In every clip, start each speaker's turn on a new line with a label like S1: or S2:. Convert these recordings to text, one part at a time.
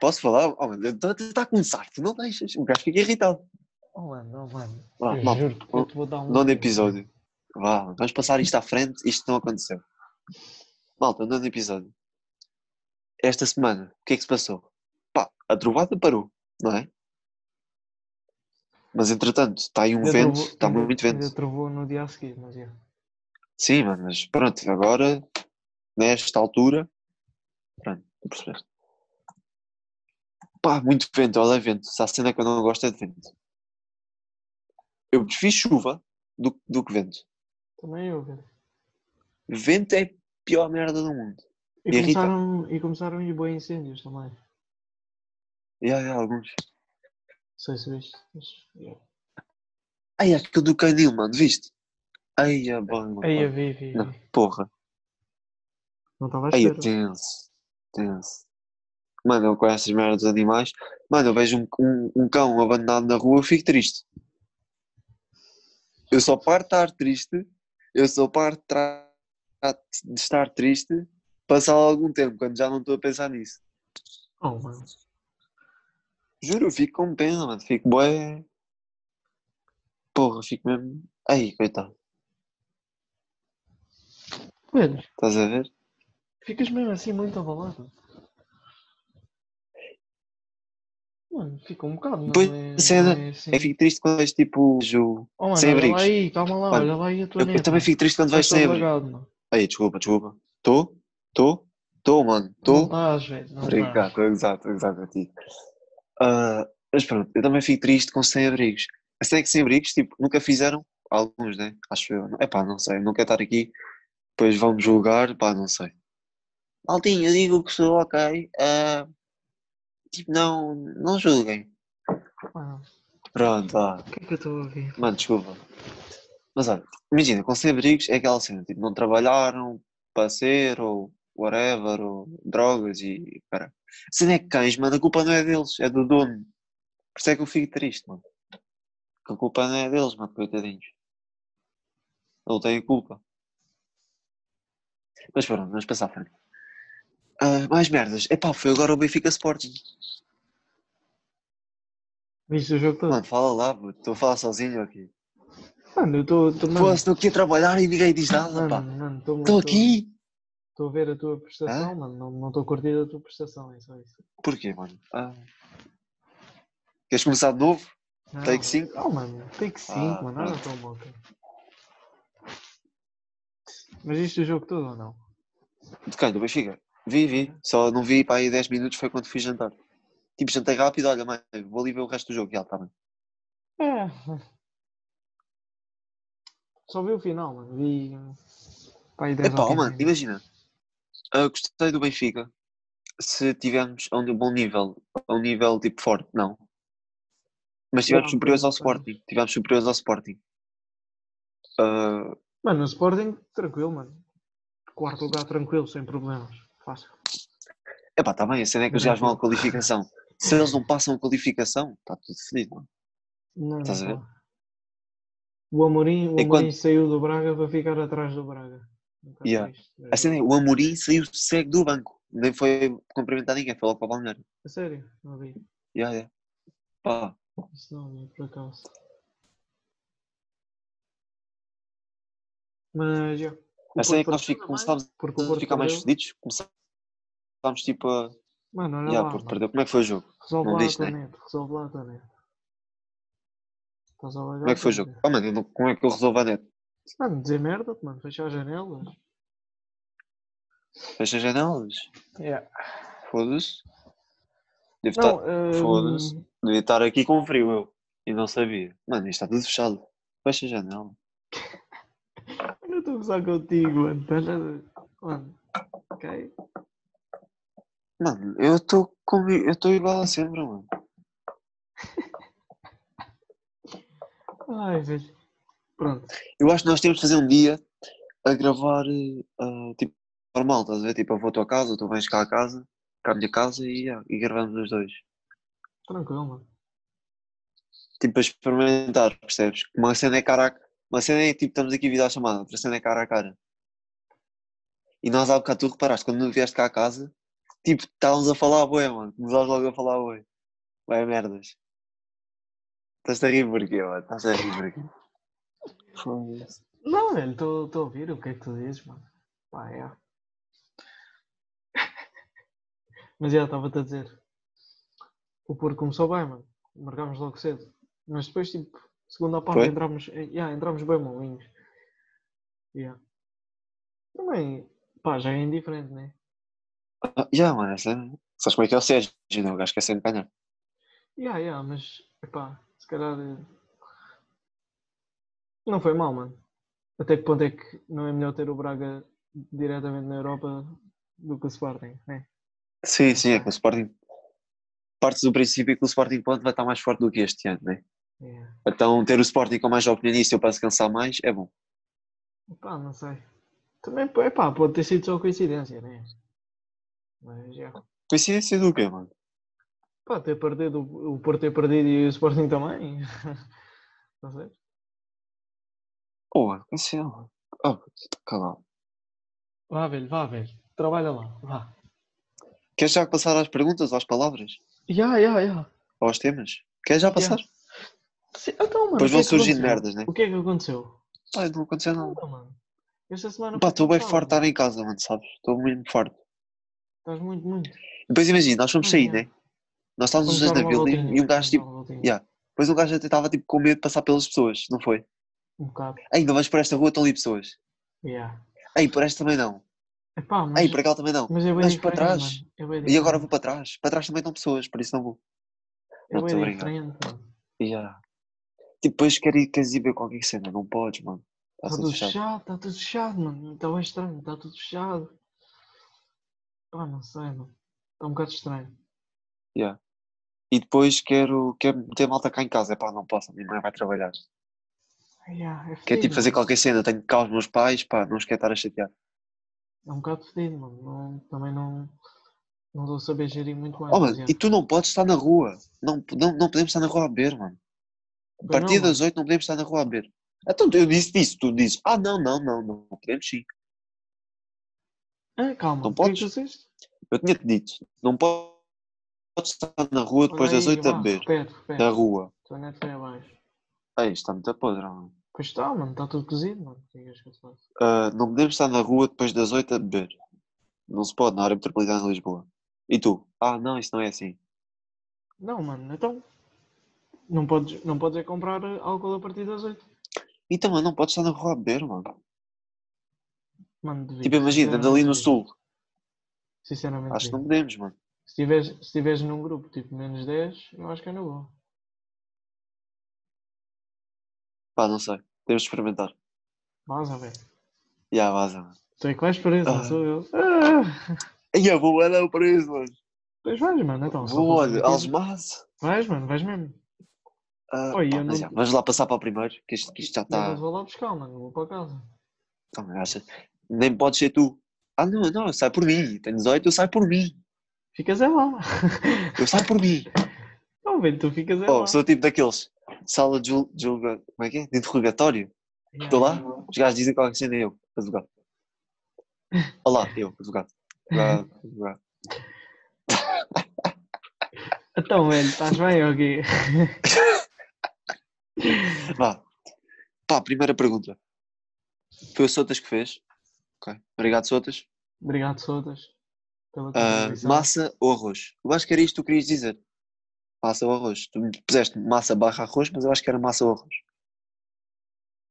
S1: Posso falar? Oh, mano, então tu tá com um sarto, não deixas. O gajo fica irritado.
S2: Oh, mano, oh, mano.
S1: Vá,
S2: eu
S1: malta,
S2: juro que eu te vou dar um.
S1: nono episódio. Vá, vamos passar isto à frente, isto não aconteceu. Malta, nono episódio. Esta semana, o que é que se passou? Pá, a trovada parou, não é? Mas entretanto, está aí um
S2: Ainda
S1: vento,
S2: trovou-
S1: está
S2: ainda-
S1: muito vento.
S2: ainda trovou no dia a seguir, mas é.
S1: Sim, mano, mas pronto, agora, nesta altura, pronto, tu percebeste. Pá, muito vento, olha é vento, se há cena que eu não gosto é de vento. Eu prefiro chuva do, do que vento.
S2: Também eu, cara.
S1: Vento é a pior merda do mundo.
S2: E
S1: E irrita.
S2: começaram, e começaram a ir bem incêndios também. Não
S1: E há, e há alguns.
S2: sei se viste. Mas... yeah.
S1: Ai, aquele do canil, mano, viste? Ai, é a bola.
S2: Aí eu
S1: pá.
S2: vi, vi.
S1: Não,
S2: vi.
S1: porra.
S2: Não estava a
S1: Ai, é
S2: esperar.
S1: tenso. Tenso. Mano, eu com essas merdas de animais. Mano, eu vejo um, um, um cão abandonado na rua, eu fico triste. Eu só paro de estar triste. Eu só paro de, tra- de estar triste passado algum tempo, quando já não estou a pensar nisso.
S2: Oh, mano.
S1: Juro, eu fico com pena, mano. Fico bué. Porra, fico mesmo. Ai, coitado.
S2: Pedro,
S1: Estás a ver?
S2: ficas mesmo assim muito abalado. Mano, fica um bocado, mas
S1: Pois,
S2: não é,
S1: cena.
S2: não é assim.
S1: Eu fico triste quando vejo tipo. jo-
S2: Oh, mano,
S1: sem
S2: olha lá
S1: abrigos.
S2: aí, calma lá,
S1: Mano,
S2: olha lá aí a tua
S1: Eu,
S2: neta.
S1: eu também fico triste quando vejo
S2: Estás
S1: sem
S2: todo
S1: abrigo.
S2: lagado, mano.
S1: Aí, desculpa, desculpa. Tô? Tô? Tô, mano.
S2: Não
S1: Tô?
S2: estás, velho, não
S1: Obrigado,
S2: estás.
S1: estou exato, estou exato a ti. Ah, mas pronto, eu também fico triste com sem-abrigos. A cena é que sem-abrigos, tipo, nunca fizeram, alguns, né? Acho eu. Epá, não sei, não quero estar aqui, depois vão-me julgar, pá, não sei. Maltinho, eu digo que sou ok, ah, tipo, não, não julguem.
S2: Mano,
S1: Pronto, ah,
S2: o que é que eu estou a ouvir?
S1: Mano, desculpa. Mas olha, imagina, com sem-abrigos é aquela cena, tipo, não trabalharam, parceiro, ou whatever, ou drogas e. Cara. Se não é cães, mano, a culpa não é deles, é do dono. Por isso é que eu fico triste, mano. Que a culpa não é deles, mano, coitadinhos. Não têm culpa. Mas pronto, vamos passar à frente. Ah, mais merdas. Epá, foi agora o Benfica Sporting.
S2: Viste o jogo todo?
S1: Mano, fala lá, puto, estou a falar sozinho aqui.
S2: Mano, eu estou. estou- mano,
S1: Pô, estou aqui a trabalhar e ninguém diz nada, pá.
S2: Mano, mano, estou-
S1: Estou
S2: estou-
S1: aqui.
S2: Estou a ver a tua prestação, mano. Não não estou a curtir a tua prestação, é só isso.
S1: Porquê, mano? Ah. Queres começar de novo?
S2: Não,
S1: Take cinco?
S2: Oh, mano, take 5,
S1: Ah,
S2: mano. Olha
S1: pronto.
S2: a tua boca. Mas isto é o jogo todo ou não?
S1: De quem? Do Benfica? Vi, vi. Só não vi para aí 10 minutos foi quando fui jantar. Tipo, jantei rápido, olha, mãe, vou ali ver o resto do jogo. Já, tá bem.
S2: É. Só vi o final, mano. Vi. Pá, aí 10 ou
S1: Epá,
S2: 15
S1: É mano,
S2: minutos.
S1: imagina. Ah, gostei do Benfica. Se tivermos a um bom nível, a um nível tipo forte, não. Mas tivemos
S2: Não,
S1: superiores ao
S2: pois, pois.
S1: Sporting. Tivemos superiores ao Sporting. Ah,
S2: Mano, o Sporting, tranquilo, mano. Quarto lugar, tranquilo, sem problemas. Fácil.
S1: Epá, está bem, a cena é que os gajos vão à qualificação. Se eles não passam a qualificação, está tudo fedido, mano.
S2: Não,
S1: Estás a ver?
S2: pá. O Amorim, o
S1: E
S2: Amorim
S1: quando-
S2: saiu do Braga para ficar atrás do Braga. Um bocado
S1: Yeah.
S2: triste, mas
S1: A cena é,
S2: pronto.
S1: o Amorim saiu cego do banco. Nem foi cumprimentar ninguém, foi logo para o Balneário.
S2: A sério, não vi.
S1: Ya, ya. Pá,
S2: Isso não vi, por acaso. Mas, já.
S1: a cena é que
S2: Porto
S1: nós
S2: perdeu
S1: fic-
S2: também,
S1: começámos
S2: Porque o
S1: a
S2: Porto
S1: ficar mais
S2: perdeu.
S1: fedidos. Começámos tipo a.
S2: Mano, olha
S1: Ya,
S2: lá,
S1: Porto
S2: mano.
S1: perdeu. Como é que foi o jogo?
S2: Resolve
S1: Não
S2: lá a
S1: diz, né?
S2: tua net, resolve lá a tua net. Estás a
S1: Como é que foi o jogo? Ah, mano, eu não- como é que eu resolvo a net?
S2: Mano, dizer merda, mano, fechar as janelas.
S1: Fecha as janelas? Foda-se. Devo,
S2: Não,
S1: estar,
S2: hum,
S1: Tá, foda-se. devia estar aqui com frio eu. E não sabia. Mano, isto está tudo fechado. Fecha a janela.
S2: eu não estou a gozar contigo, mano. Estás a- Mano, ok?
S1: Mano, eu estou com... eu estou igual a sempre, mano.
S2: Ai, velho. Pronto.
S1: Eu acho que nós temos de fazer um dia a gravar, eh, ah, tipo, normal, estás a ver? Tipo, eu vou à tua casa, tu vens cá à casa, cá à minha casa e, ah, e gravamos os dois.
S2: Tranquilo, mano.
S1: Tipo, a experimentar, percebes? Uma cena é cara a Uma cena é tipo, estamos aqui a vida à chamada, outra cena é cara a cara. E nós há bocado tu reparaste, quando vieste cá a casa, tipo, estávamos a falar boi, mano. Começámos logo a falar boi. Ué, merdas. Estás-te a rir porquê, mano? Estás-te a rir porquê? Foda-se.
S2: Não, velho, estou a ouvir o que é que tu dizes, mano. Pá, é. Mas já estava-te a dizer. O Porto começou bem, mano. Marcámos logo cedo. Mas depois, tipo, segunda parte,
S1: Foi?
S2: entramos, eh, yeah, entramos bem malinhos. Yeah. Também, pá, já é indiferente, né?
S1: Ah, Já, mano, essa cena. Sabes como é que é o Sérgio, não? O gajo quer sempre ganhar.
S2: Yeah, yeah, mas, pá, se calhar. eh, Não foi mal, mano. Até que ponto é que não é melhor ter o Braga diretamente na Europa do que o Sporting, né?
S1: Sim, sim, é que o Sporting. Partes do princípio que o Sporting Ponte vai estar mais forte do que este ano, né?
S2: Yeah.
S1: Então, ter o Sporting com mais opinião para se cansar mais é bom.
S2: Pá, não sei. Também, pá, epá, pode ter sido só coincidência, né? Mas, já.
S1: Coincidência do quê, mano?
S2: Pá, ter perdido, o Porto ter perdido e o Sporting também. Não sei.
S1: Oh, mano, coincidência. mano. Oh, calma.
S2: Vá, velho, vá, velho. Trabalha lá, vá.
S1: Queres já passar às perguntas, às palavras,
S2: Ya, ya, ya.
S1: aos temas? Queres já passar?
S2: Sim, Então, mano,
S1: Depois
S2: o que
S1: vão
S2: é que
S1: surgindo
S2: aconteceu?
S1: merdas, né?
S2: O que é que aconteceu?
S1: Ai, Ah, não aconteceu nada.
S2: Nada, mano. Esta semana
S1: Pá,
S2: foi
S1: estou bem
S2: tranquila,
S1: forte estar
S2: mano.
S1: em casa, mano, sabes? Estou mesmo forte.
S2: Estás muito, muito.
S1: Depois imagina, nós fomos
S2: Hum,
S1: sair,
S2: é.
S1: né? Nós estávamos os dois
S2: Vamos dar
S1: na
S2: uma
S1: vila
S2: voltinha,
S1: e, e um gajo,
S2: vamos dar
S1: tipo.
S2: uma voltinha.
S1: yeah. Depois um gajo até estava tipo, com medo de passar pelas pessoas, não foi?
S2: Um bocado.
S1: Ei, não vais por esta rua, estão ali pessoas.
S2: Ya.
S1: Ei, por esta também não.
S2: Epá, mas,
S1: Ei, por aquela também não.
S2: mas é bem
S1: mas para
S2: diferente,
S1: trás.
S2: mano. É bem
S1: E agora
S2: diferente.
S1: vou para trás. Para trás também estão pessoas, por isso não vou.
S2: É
S1: Não, tô Tá
S2: bem
S1: brincando.
S2: diferente, mano.
S1: Yeah. Tipo, depois quer ir- queres ir ver qualquer cena, não podes, mano. Tá Está
S2: Está
S1: tudo
S2: Tá tudo
S1: fechado.
S2: fechado, está tudo fechado, mano. Está bem estranho, está tudo fechado. Ah, não sei, mano. Está um bocado estranho.
S1: Yeah. E depois quero, quero meter malta cá em casa. Epá, não posso, a minha mãe vai trabalhar.
S2: Yeah, é
S1: Quero
S2: fedido,
S1: tipo fazer
S2: mano.
S1: qualquer cena, tenho que cá os meus pais, pá, não os quero estar a chatear.
S2: É um bocado fedido, mano. Não- também não. Não estou a saber gerir muito bem.
S1: Oh,
S2: mas,
S1: mano,
S2: yeah.
S1: e tu não podes estar na rua. Não, não, não podemos estar na rua a beber, mano. A
S2: Pois
S1: partir
S2: não, mano.
S1: das 8 não podemos estar na rua a beber. Então eu disse isso, tu dizes, ah não, não, não, não, podemos sim.
S2: Ah, calma.
S1: Não
S2: o que é que
S1: podes?
S2: tu disseste?
S1: Eu tinha-te dito, não po- podes estar na rua depois
S2: Olha
S1: das
S2: aí,
S1: 8 a
S2: vá,
S1: beber.
S2: Repete, repete.
S1: Na rua.
S2: Tua net foi abaixo.
S1: Ei, está muito podre, mano.
S2: Pois está, mano. Está tudo cozido, mano. O que é que és que eu te faço?
S1: Ah, não podemos estar na rua depois das 8 a beber. Não se pode na área metropolitana de Lisboa. E tu? Ah não, isso não é assim.
S2: Não, mano. Então. Não podes, não podes é comprar eh, álcool a partir das 8.
S1: Então, mano, não podes estar na rua a beber, mano.
S2: Mano, devido.
S1: Tipo, imagina, estamos ali no
S2: sinceramente,
S1: sul.
S2: devido. Sinceramente.
S1: Acho que
S2: devido.
S1: não podemos, mano.
S2: Se tiveres, se tiveres num grupo tipo menos 10, eu acho que é na boa.
S1: Pá, não sei. Temos de experimentar.
S2: Mas, a ver.
S1: Já, vaza, mano.
S2: Tu é que vais preso,
S1: Ah.
S2: não sou eu. Ah,
S1: Ai, eu vou andar preso, mano.
S2: pois vais, mano. Então, só
S1: Vou,
S2: para
S1: olha,
S2: fazer isso.
S1: algemado.
S2: Vais, mano, vais mesmo.
S1: Ah,
S2: Oi,
S1: pá,
S2: eu
S1: mas
S2: não-
S1: já, vamos lá passar para o primeiro, que isto, que isto já
S2: Eu
S1: está.
S2: não vou lá buscar, mano. Vou para casa.
S1: Então, achas- Nem podes ser tu. Ah, não, não, sai por mim. Tenho 18, eu saio por mim.
S2: Ficas é lá.
S1: Eu saio por mim.
S2: Não, velho, tu ficas é
S1: Oh,
S2: lá.
S1: sou o tipo daqueles. Sala de, jul- de julga- como é que é? De interrogatório.
S2: Yeah,
S1: Estou lá?
S2: yeah.
S1: Os gajos dizem qualquer cena e eu, advogado. Olá, eu, advogado. Advogado, advogado.
S2: Então, velho, estás bem ou quê?
S1: Vá. Pá, primeira pergunta. Foi o Sotas que fez. Ok. Obrigado, Sotas.
S2: Obrigado, Sotas, pela
S1: Ah,
S2: contribuição.
S1: massa ou arroz? Eu acho que era isto que tu querias dizer. Massa ou arroz? Tu me puseste massa barra arroz, mas eu acho que era massa ou arroz.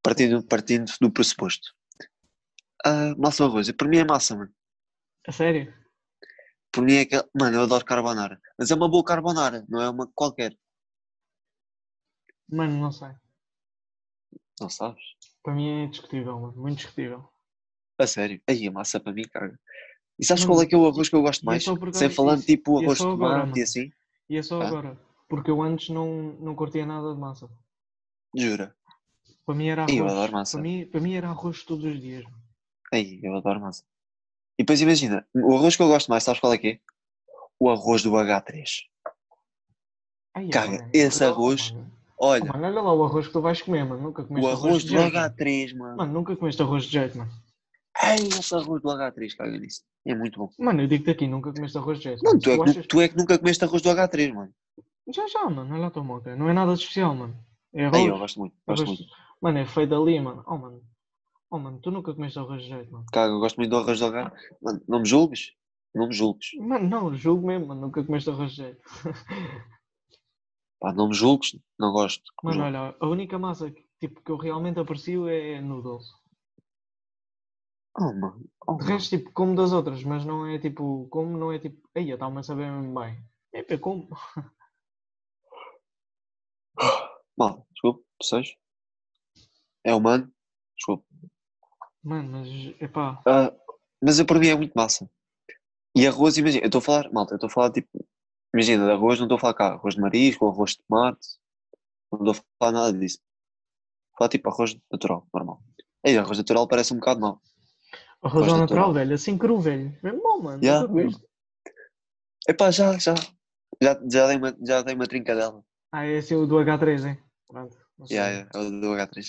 S1: Partindo, partindo do pressuposto. Ah, massa ou arroz? Para mim é massa, mano.
S2: A sério?
S1: Para mim é aquela. Mano, eu adoro carbonara. Mas é uma boa carbonara, não é uma qualquer.
S2: Mano, não sei.
S1: Não sabes?
S2: Para mim é discutível, mano. Muito discutível.
S1: A sério. Aí a massa para mim, cara. E sabes
S2: Mano,
S1: qual é que é o arroz que eu gosto
S2: e é
S1: mais?
S2: só por
S1: Sem
S2: causa-
S1: falando
S2: isso-
S1: tipo
S2: e é
S1: arroz
S2: só
S1: de
S2: agora,
S1: tomate e
S2: mano.
S1: assim.
S2: E é só
S1: Ah?
S2: agora. Porque eu antes não, não curtia nada de massa.
S1: Jura?
S2: Para mim era arroz.
S1: Ih, eu adoro massa.
S2: Para mim, para mim era arroz todos os dias. mano.
S1: Aí, eu adoro massa. E depois imagina, o arroz que eu gosto mais, sabes qual é que é? O arroz do H3.
S2: Ai,
S1: Caga,
S2: mano,
S1: esse
S2: não,
S1: arroz-
S2: mano.
S1: Olha,
S2: Mano, olha lá o arroz é que tu vais comer, mano. Nunca comeste
S1: o arroz
S2: de
S1: do
S2: jeito, mano.
S1: H3, mano.
S2: Mano, nunca comeste arroz de jeito, mano.
S1: Ai, esse arroz do H3, caga nisso. É muito bom.
S2: Mano, eu digo-te aqui, nunca comeste arroz de jeito.
S1: Mano,
S2: mano.
S1: tu é,
S2: Se
S1: que, nu- tu é que nunca comeste arroz do H3, mano.
S2: Já, já, mano. Olha a tua moca. Não é nada de especial, mano. É arroz.
S1: Aí, eu gosto muito, gosto
S2: arroz-
S1: muito.
S2: Mano, é feito ali, mano. Oh, mano. Oh, mano, tu nunca comeste arroz de jeito, mano.
S1: Caga, eu gosto muito do arroz do H3. Mano, não me julgues? Não me julgues.
S2: Mano, não, julgo mesmo, mano. Nunca comeste arroz de jeito.
S1: Pá, não me julgues, não gosto. Não
S2: Mano,
S1: julgo.
S2: olha, a única massa que, tipo, que eu realmente aprecio é noodles.
S1: Oh, mano. Oh,
S2: De
S1: mano.
S2: resto, tipo, como das outras, mas não é tipo, como não é tipo, aí está-me a saber mesmo bem. É pá, como?
S1: Mano, desculpa, seis. É humano. Desculpa.
S2: Mano, mas é pá,
S1: Ah, mas eu, para mim é muito massa. E arroz, imagina, eu estou a falar, malta, eu estou a falar tipo. Imagina, de arroz não estou a falar cá, arroz de marisco, arroz de tomate. Não estou a falar nada disso. Estou a falar tipo arroz natural, normal. Ei, arroz natural parece um bocado mau.
S2: arroz
S1: Gosto
S2: ao
S1: de
S2: natural,
S1: tudo.
S2: velho, assim cru, velho. É bom, mano.
S1: Yeah.
S2: nunca comeste.
S1: Epá, já, já. Já, já, dei, uma, já dei uma trincadela.
S2: Ah, é assim o do H3, hein? Pronto. não sei.
S1: Já, yeah, é o do H3.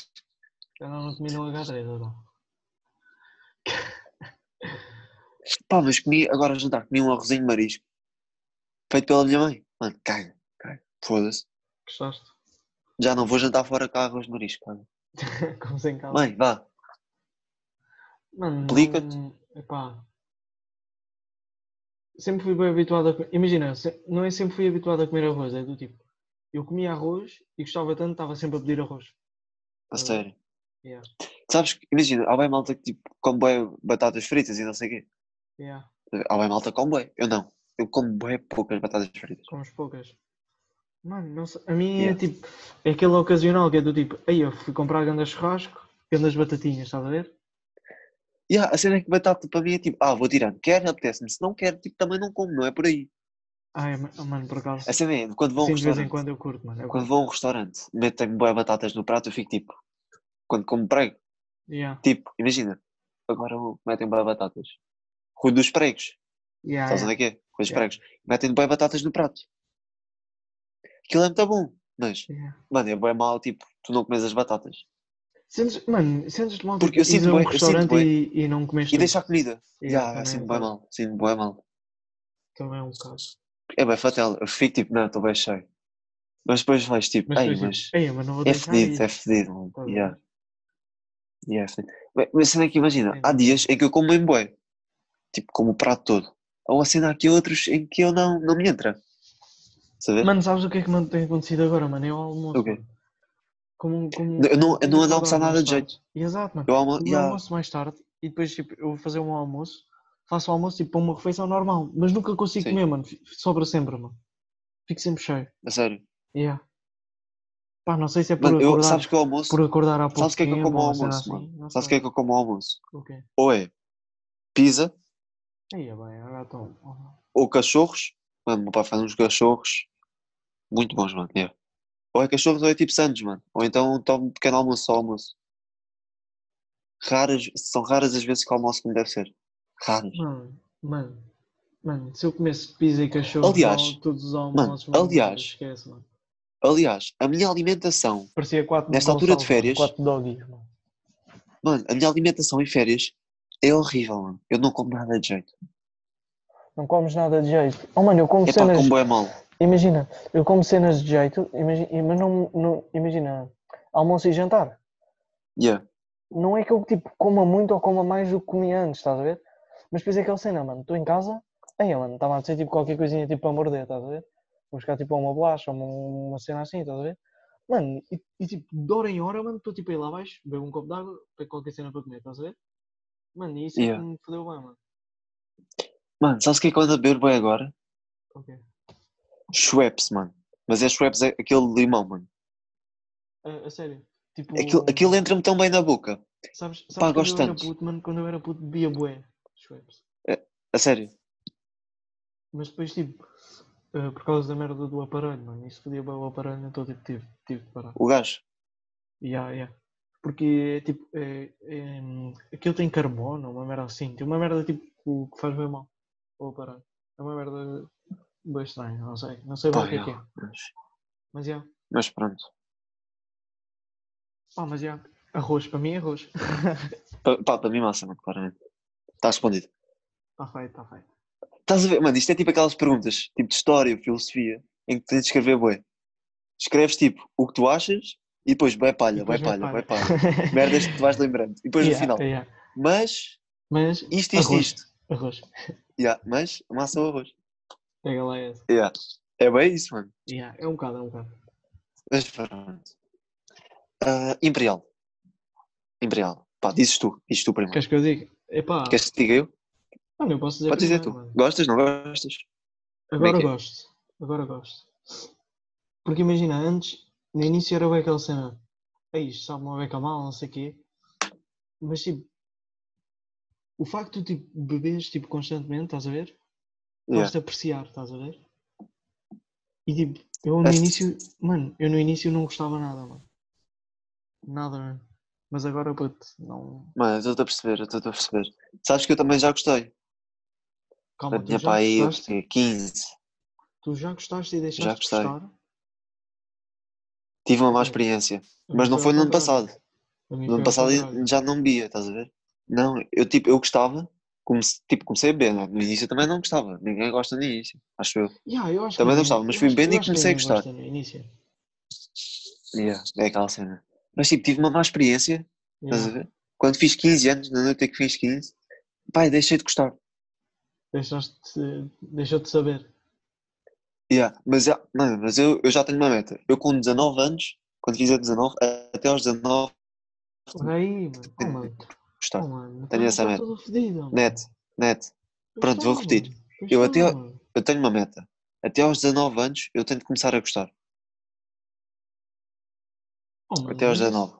S2: Eu não, não comi no então. H3, agora.
S1: Pá, mas comi agora a jantar, comi um arrozinho de marisco. Feito pela minha mãe. Mano, caga, caga. Foda-se.
S2: Gostaste?
S1: Já não vou jantar fora com arroz de marisco. Caga.
S2: como sem calma.
S1: Mãe, vá.
S2: Mano,
S1: Explica-te.
S2: não- Epá. Sempre fui bem habituado a comer. Imagina, se- não é sempre fui habituado a comer arroz, é do tipo. Eu comia arroz e gostava tanto, estava sempre a pedir arroz.
S1: A
S2: Tá bem.
S1: sério.
S2: Yeah.
S1: Sabes que, imagina, há bem malta que tipo, come bué batatas fritas e não sei o quê.
S2: Yeah,
S1: Há bem malta que come bué. Eu não. Eu como bué poucas batatas fritas.
S2: comes poucas. Mano, não sei. A mim é
S1: Yeah.
S2: tipo. É aquele ocasional que é do tipo. Aí eu fui comprar grandes churrasco, grandes batatinhas, estás a ver?
S1: E há- a cena é que batata para mim é tipo, ah, vou tirando. Quer, apetece-me. Se não quer, tipo, também não como. Não é por aí.
S2: Ai, ma- oh, mano, por acaso.
S1: A cena é, quando vou a um
S2: Sim, de vez em
S1: restaurante,
S2: quando eu curto, mano. Eu
S1: quando
S2: curto.
S1: vou a um restaurante, metem-me bué batatas no prato, eu fico tipo, quando como prego.
S2: Yeah.
S1: Tipo, imagina, agora metem bem batatas. Rui dos pregos,
S2: Yeah,
S1: sabes
S2: yeah.
S1: onde é que é? Rui dos
S2: Ah, Yeah.
S1: pregos. Metem bem batatas no prato. Aquilo é muito bom, mas,
S2: yeah.
S1: mano, é bem mal, tipo, tu não comes as batatas.
S2: Sentes, mano, sentes-te mal
S1: Porque eu
S2: tipo, ires
S1: sinto
S2: a
S1: bué-
S2: um
S1: eu sinto
S2: restaurante
S1: bué.
S2: e, e não comeste
S1: E deixa a comida. Já,
S2: também
S1: sinto
S2: um
S1: bem
S2: bocado.
S1: mal, sinto bem mal.
S2: Também é um bocado.
S1: É bem fatal, eu fico tipo, não, estou bem cheio. Mas depois vais tipo,
S2: Mas,
S1: ei,
S2: depois,
S1: mas
S2: tipo, "Ei, mas não vou
S1: é
S2: deixar
S1: fedido,
S2: isso",
S1: é fedido, mano.
S2: estás a
S1: Yeah,
S2: ver?
S1: yeah, é fedido. Mas- Mas sendo que imagina,
S2: Sim.
S1: há dias em que eu como bem bué, tipo, como o prato todo. Ou assim, há aqui outros em que eu não, não me entra. Sabe?
S2: Mano, sabes o que é que me tem acontecido agora, mano? É o almoço.
S1: O quê?
S2: mano. Como, como,
S1: Eu não, eu não ando a
S2: acordar
S1: almoçar
S2: mais
S1: nada de
S2: tarde.
S1: jeito.
S2: Exato, mano.
S1: Eu almo...
S2: Eu
S1: yeah.
S2: almoço mais tarde e depois tipo, eu vou fazer um almoço, faço o almoço tipo para uma refeição normal, mas nunca consigo
S1: Sim.
S2: comer, mano. Fi- Sobra sempre, mano. Fico sempre cheio.
S1: A sério.
S2: Yeah. Pá, não sei se é por
S1: Mano, eu,
S2: acordar,
S1: sabes que eu almoço.
S2: por acordar há pouco
S1: Sabes o que é que eu
S2: tempo
S1: como
S2: ou
S1: ao
S2: uma cena
S1: almoço,
S2: assim,
S1: mano?
S2: não
S1: Sabes o que
S2: sei.
S1: é que eu como ao almoço?
S2: O quê?
S1: Ou é pizza,
S2: Aí é bem, agora estou...
S1: ou cachorros. Mano, meu pai faz uns cachorros muito bons, mano. yeah. Ou é cachorros ou é tipo sandes, mano. Ou então tomo um pequeno almoço só almoço. Raras, são raras as vezes que eu almoço como deve ser. Raras.
S2: Mano, mano, mano, se eu comesse pizza e cachorro
S1: Aliás,
S2: ao- todos os almoços, mano,
S1: aliás.
S2: esquece, mano.
S1: Aliás, a minha alimentação,
S2: Parecia quatro
S1: Nesta altura de
S2: Gonçalves,
S1: férias-
S2: mano, quatro doggies, mano.
S1: mano, a minha alimentação em férias é horrível, mano. Eu não como nada de jeito.
S2: Não comes nada de jeito. Oh, mano, eu como
S1: É pá,
S2: cenas.
S1: como é mal.
S2: Imagina, eu como cenas de jeito, imagina, mas não, não- Imagina, almoço e jantar.
S1: Yeah.
S2: Não é que eu, tipo, coma muito ou coma mais do que comia antes, estás a ver? Mas depois é aquela cena, mano. Estou em casa, aí, mano, estava a dizer tipo qualquer coisinha tipo para morder, estás a ver? Vou buscar tipo uma bolacha, uma, uma cena assim, estás a ver? Mano, e, e, tipo, de hora em hora, mano, estou tipo aí lá abaixo, bebo um copo de água, pego qualquer cena para comer, estás a ver? Mano, e isso é
S1: Yeah.
S2: que me fodeu bem, mano.
S1: Mano, sabes o que é que eu ando a beber bem agora?
S2: Ok.
S1: Schweppes, mano. Mas é Schweppes é aquele limão, mano.
S2: A, a sério. Tipo,
S1: Aquilo, aquilo entra-me tão bem na boca.
S2: Sabes, sabes
S1: Pá,
S2: quando
S1: gosto
S2: eu era
S1: tanto.
S2: puto, mano, quando eu era puto bebia bué Schweppes.
S1: A sério.
S2: Mas depois, tipo, eh, por causa da merda do aparelho, mano, isso podia bué o aparelho, então, tipo, tive, tive de parar.
S1: O gajo.
S2: Yeah, yeah. Porque, tipo, é, é, hum, aquilo tem carbono, uma merda assim, tem uma merda, tipo, que faz bem mal o aparelho. É uma merda bem estranha, não sei, não sei bem
S1: Pá,
S2: o que é que é.
S1: mas-
S2: Mas já.
S1: Mas pronto.
S2: Pá, Ah, mas já. Arroz, para mim é arroz.
S1: Pa- Pá, para mim massa, mano, claramente. Está respondido.
S2: Está Tá feito, está feito.
S1: Estás a ver? Mano, isto é tipo aquelas perguntas, tipo de história, filosofia, em que tens de escrever bué. Escreves tipo o que tu achas e depois bué palha, bué
S2: Depois vai
S1: palha, bué palha. Merdas que tu vais lembrando. E depois
S2: Yeah,
S1: no final.
S2: yeah.
S1: Mas
S2: Mas
S1: isto, isto,
S2: Arroz.
S1: isto.
S2: arroz.
S1: Yeah, mas massa ou arroz.
S2: Pega lá essa.
S1: Yeah. É bem isso, mano.
S2: Yeah, É um bocado, é um bocado.
S1: Mas pronto. Ah, Imperial. Imperial. Pá, dizes tu. Dizes tu primeiro.
S2: Queres que eu diga? Epá,
S1: Queres que te diga eu?
S2: mano, eu posso dizer
S1: Podes dizer tu.
S2: primeiro, mano.
S1: Gostas, não gostas? Como é
S2: Agora
S1: que é?
S2: gosto. Agora gosto. Porque imagina, antes, no início era bem aquela cena. É isto, sabe-me bem que é mal, não sei o quê. Mas tipo, o facto de tu, tipo, beberes tipo, constantemente, estás a ver?
S1: Yeah.
S2: Podes apreciar, estás a ver? E tipo, eu no
S1: Essa-
S2: início, mano, eu no início não gostava nada, mano. Nada, mano. Mas agora, puto, não.
S1: Mano, eu estou-te a perceber, eu estou-te a perceber. Sabes que eu também já gostei.
S2: Calma,
S1: Eu
S2: tu já
S1: tinha pá aí, eu
S2: gostaste,
S1: tinha 15.
S2: tu já gostaste e deixaste
S1: Já
S2: de
S1: gostei.
S2: gostar.
S1: Tive uma má
S2: É.
S1: experiência. Mas não
S2: ao
S1: foi no ano
S2: contrário.
S1: passado.
S2: A
S1: No
S2: mim foi ao
S1: ano passado
S2: contrário.
S1: já não bebia, estás a ver? Não, eu tipo, eu gostava. Comece, tipo, comecei a beber. né? No início eu também não gostava. Ninguém gosta no início, acho eu.
S2: Yeah, eu acho
S1: Também não
S2: ninguém-
S1: gostava, mas
S2: eu
S1: fui
S2: acho-
S1: bem
S2: eu
S1: e
S2: acho que
S1: comecei a
S2: ninguém
S1: gostar.
S2: gosta no início.
S1: Yeah, é aquela cena. Mas tipo, tive uma má experiência. Estás a
S2: Yeah.
S1: ver? Quando fiz 15 anos, na noite em que fiz 15, pai, deixei de gostar.
S2: Deixaste- Deixou-te saber.
S1: Yeah, mas, já- mano, mas eu, eu já tenho uma meta. Eu com 19 anos, quando fizer 19, a- até aos 19,
S2: Olha aí, mano. Oh, mano.
S1: gostar.
S2: Oh, mano.
S1: Tenho essa meta. Net, net.
S2: tá,
S1: Pronto, vou repetir. Eu até- Eu tenho uma meta. Até aos 19 anos, eu tenho de começar a gostar. Até
S2: Uhum.
S1: aos 19.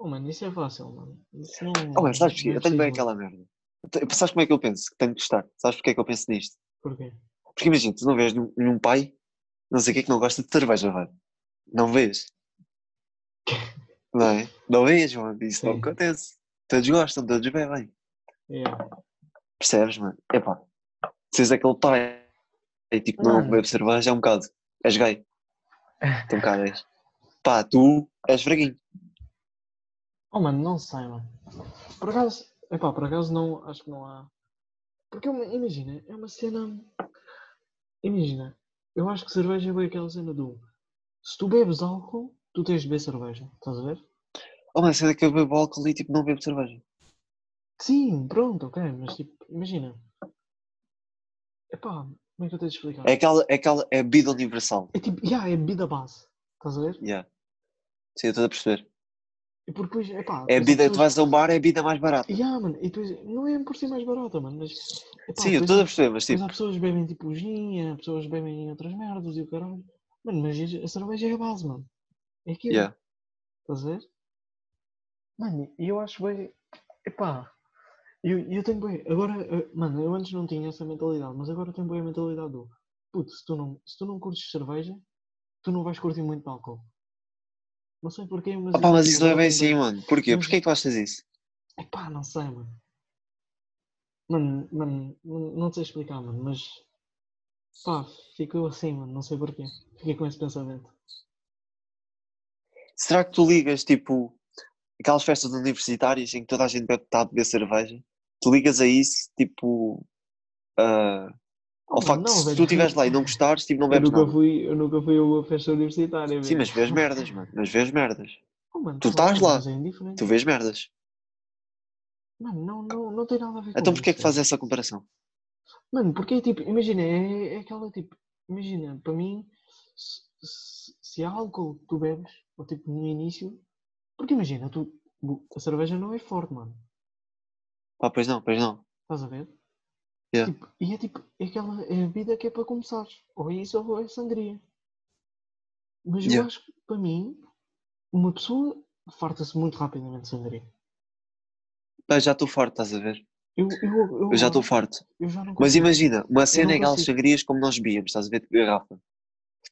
S2: Oh, é mano, isso é fácil, mano. Isso não.
S1: Oh, mas sabes porquê?
S2: não é
S1: Eu tenho bem
S2: preciso, mano.
S1: aquela merda. Eu te- Sabes como é que eu penso? Que tenho de gostar. Sabes porque é que eu penso nisto?
S2: Porquê?
S1: Porque imagina, tu não vês nenhum, nenhum pai, não sei o que, que não gosta de cerveja, mano. Não vês. Não é? Não vês, mano. Isso não
S2: Sim.
S1: acontece. Todos gostam, todos bebem.
S2: Yeah.
S1: Percebes, mano? Epá. Se és aquele pai e tipo não
S2: Mano.
S1: bebe cerveja, é um bocado. És gay. Tu um bocado és. Pá, tu és fraguinho.
S2: Oh, mano, não sei, mano. Por acaso. Epá, por acaso não. Acho que não há. Porque é uma- imagina, é uma cena. Imagina, eu acho que cerveja é bem aquela cena do. Se tu bebes álcool, tu tens de beber cerveja. Estás a ver?
S1: Oh, mas sendo que eu bebo álcool e tipo não bebo cerveja.
S2: Sim, pronto, ok, mas tipo, imagina. Epá, como é que eu tenho de explicar?
S1: É aquela, é aquela, é a bebida universal.
S2: É tipo, yeah, é bebida base, estás a ver?
S1: Yeah. Sim, eu estou a perceber.
S2: E por depois, epá.
S1: É a
S2: depois as
S1: bebida, tu
S2: pessoas-
S1: vais ao bar, é a bebida mais barata.
S2: Yeah, mano, e depois, não é por si mais barata, mano, mas. Epá, é.
S1: Sim, eu
S2: depois-
S1: estou a perceber, mas
S2: depois
S1: tipo.
S2: há pessoas que bebem tipo gin, há pessoas que bebem outras merdas e o caralho. Mano, mas a cerveja é a base, mano. É aquilo.
S1: Yeah.
S2: Estás a ver? Mano, e eu acho bem. Epá, eu, eu tenho bem. Agora, eh, mano, eu antes não tinha essa mentalidade, mas agora tenho bem a mentalidade do. Puto, se tu não, se tu não curtes cerveja, tu não vais curtir muito de álcool. Não sei porquê, mas. Uhum.
S1: Opa,
S2: eu-
S1: mas isso não é
S2: agora
S1: bem assim,
S2: tenho
S1: mano. Porquê?
S2: Mas-
S1: Porquê é que tu achas isso?
S2: Epá, não sei, mano. Mano, mano, não, não sei explicar, mano, mas. Pá, ficou assim, mano, não sei porquê. Fiquei com esse pensamento.
S1: Será que tu ligas, tipo, aquelas festas universitárias em que toda a gente bebe- está a beber cerveja? Tu ligas a isso, tipo, ah, ao
S2: Oh,
S1: facto
S2: mano,
S1: de
S2: não,
S1: se
S2: velho.
S1: tu estiveres lá e não gostares, tipo, não
S2: Eu
S1: bebes
S2: nunca,
S1: nada.
S2: fui, eu nunca fui a uma festa
S1: Sim,
S2: universitária, velho.
S1: mas vês merdas, mano. Mas vês merdas.
S2: Oh, mano,
S1: Tu
S2: tá bem,
S1: estás lá.
S2: mas é indiferente.
S1: Tu vês merdas.
S2: Mano, não, não, não tem nada a ver com
S1: Então porquê é que
S2: isso.
S1: fazes essa comparação?
S2: Mano, porque é tipo, imagina, é, é aquela tipo, imagina, para mim, se, se, se há álcool que tu bebes, ou tipo no início, porque imagina, tu, a cerveja não é forte, mano,
S1: Pá, pois não, pois não.
S2: estás a ver?
S1: Yeah.
S2: Tipo, e é tipo, é aquela é a bebida que é para começares, ou é isso ou é sangria. Mas eu
S1: Yeah.
S2: acho que, para mim, uma pessoa farta-se muito rapidamente de sangria.
S1: Pá, já estou forte, estás a ver?
S2: Eu, eu, eu,
S1: Eu já estou forte.
S2: eu já não
S1: Mas
S2: consigo.
S1: imagina, uma cena
S2: não
S1: é aquelas
S2: consigo.
S1: sangrias como nós bebíamos, estás a ver? De garrafa.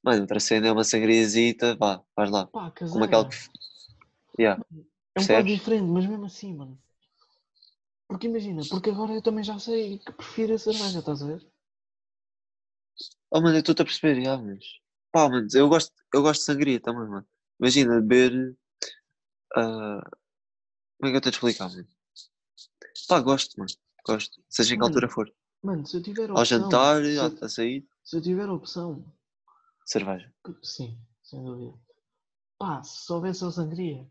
S1: Mano, outra cena é uma sangriazita, vá, vais lá.
S2: Pá,
S1: Como
S2: caseira.
S1: aquela que. Yeah.
S2: É um bocado
S1: Percebes?
S2: diferente, mas mesmo assim, mano. Porque imagina, porque agora eu também já sei que prefiro a cerveja, estás a ver?
S1: Oh, mano, eu estou-te a perceber, já, mas. Pá, mano, eu gosto, eu gosto de sangria também, mano. Imagina, beber. ah, como é que eu tenho de explicar, mano? Pá, gosto, mano. Gosto. Seja em que
S2: Mano,
S1: altura for.
S2: Mano, se eu tiver opção.
S1: Ao jantar, tá-
S2: se,
S1: a- a sair,
S2: se eu tiver opção.
S1: cerveja.
S2: que- Sim, sem dúvida. Pá, se soubesse a sangria.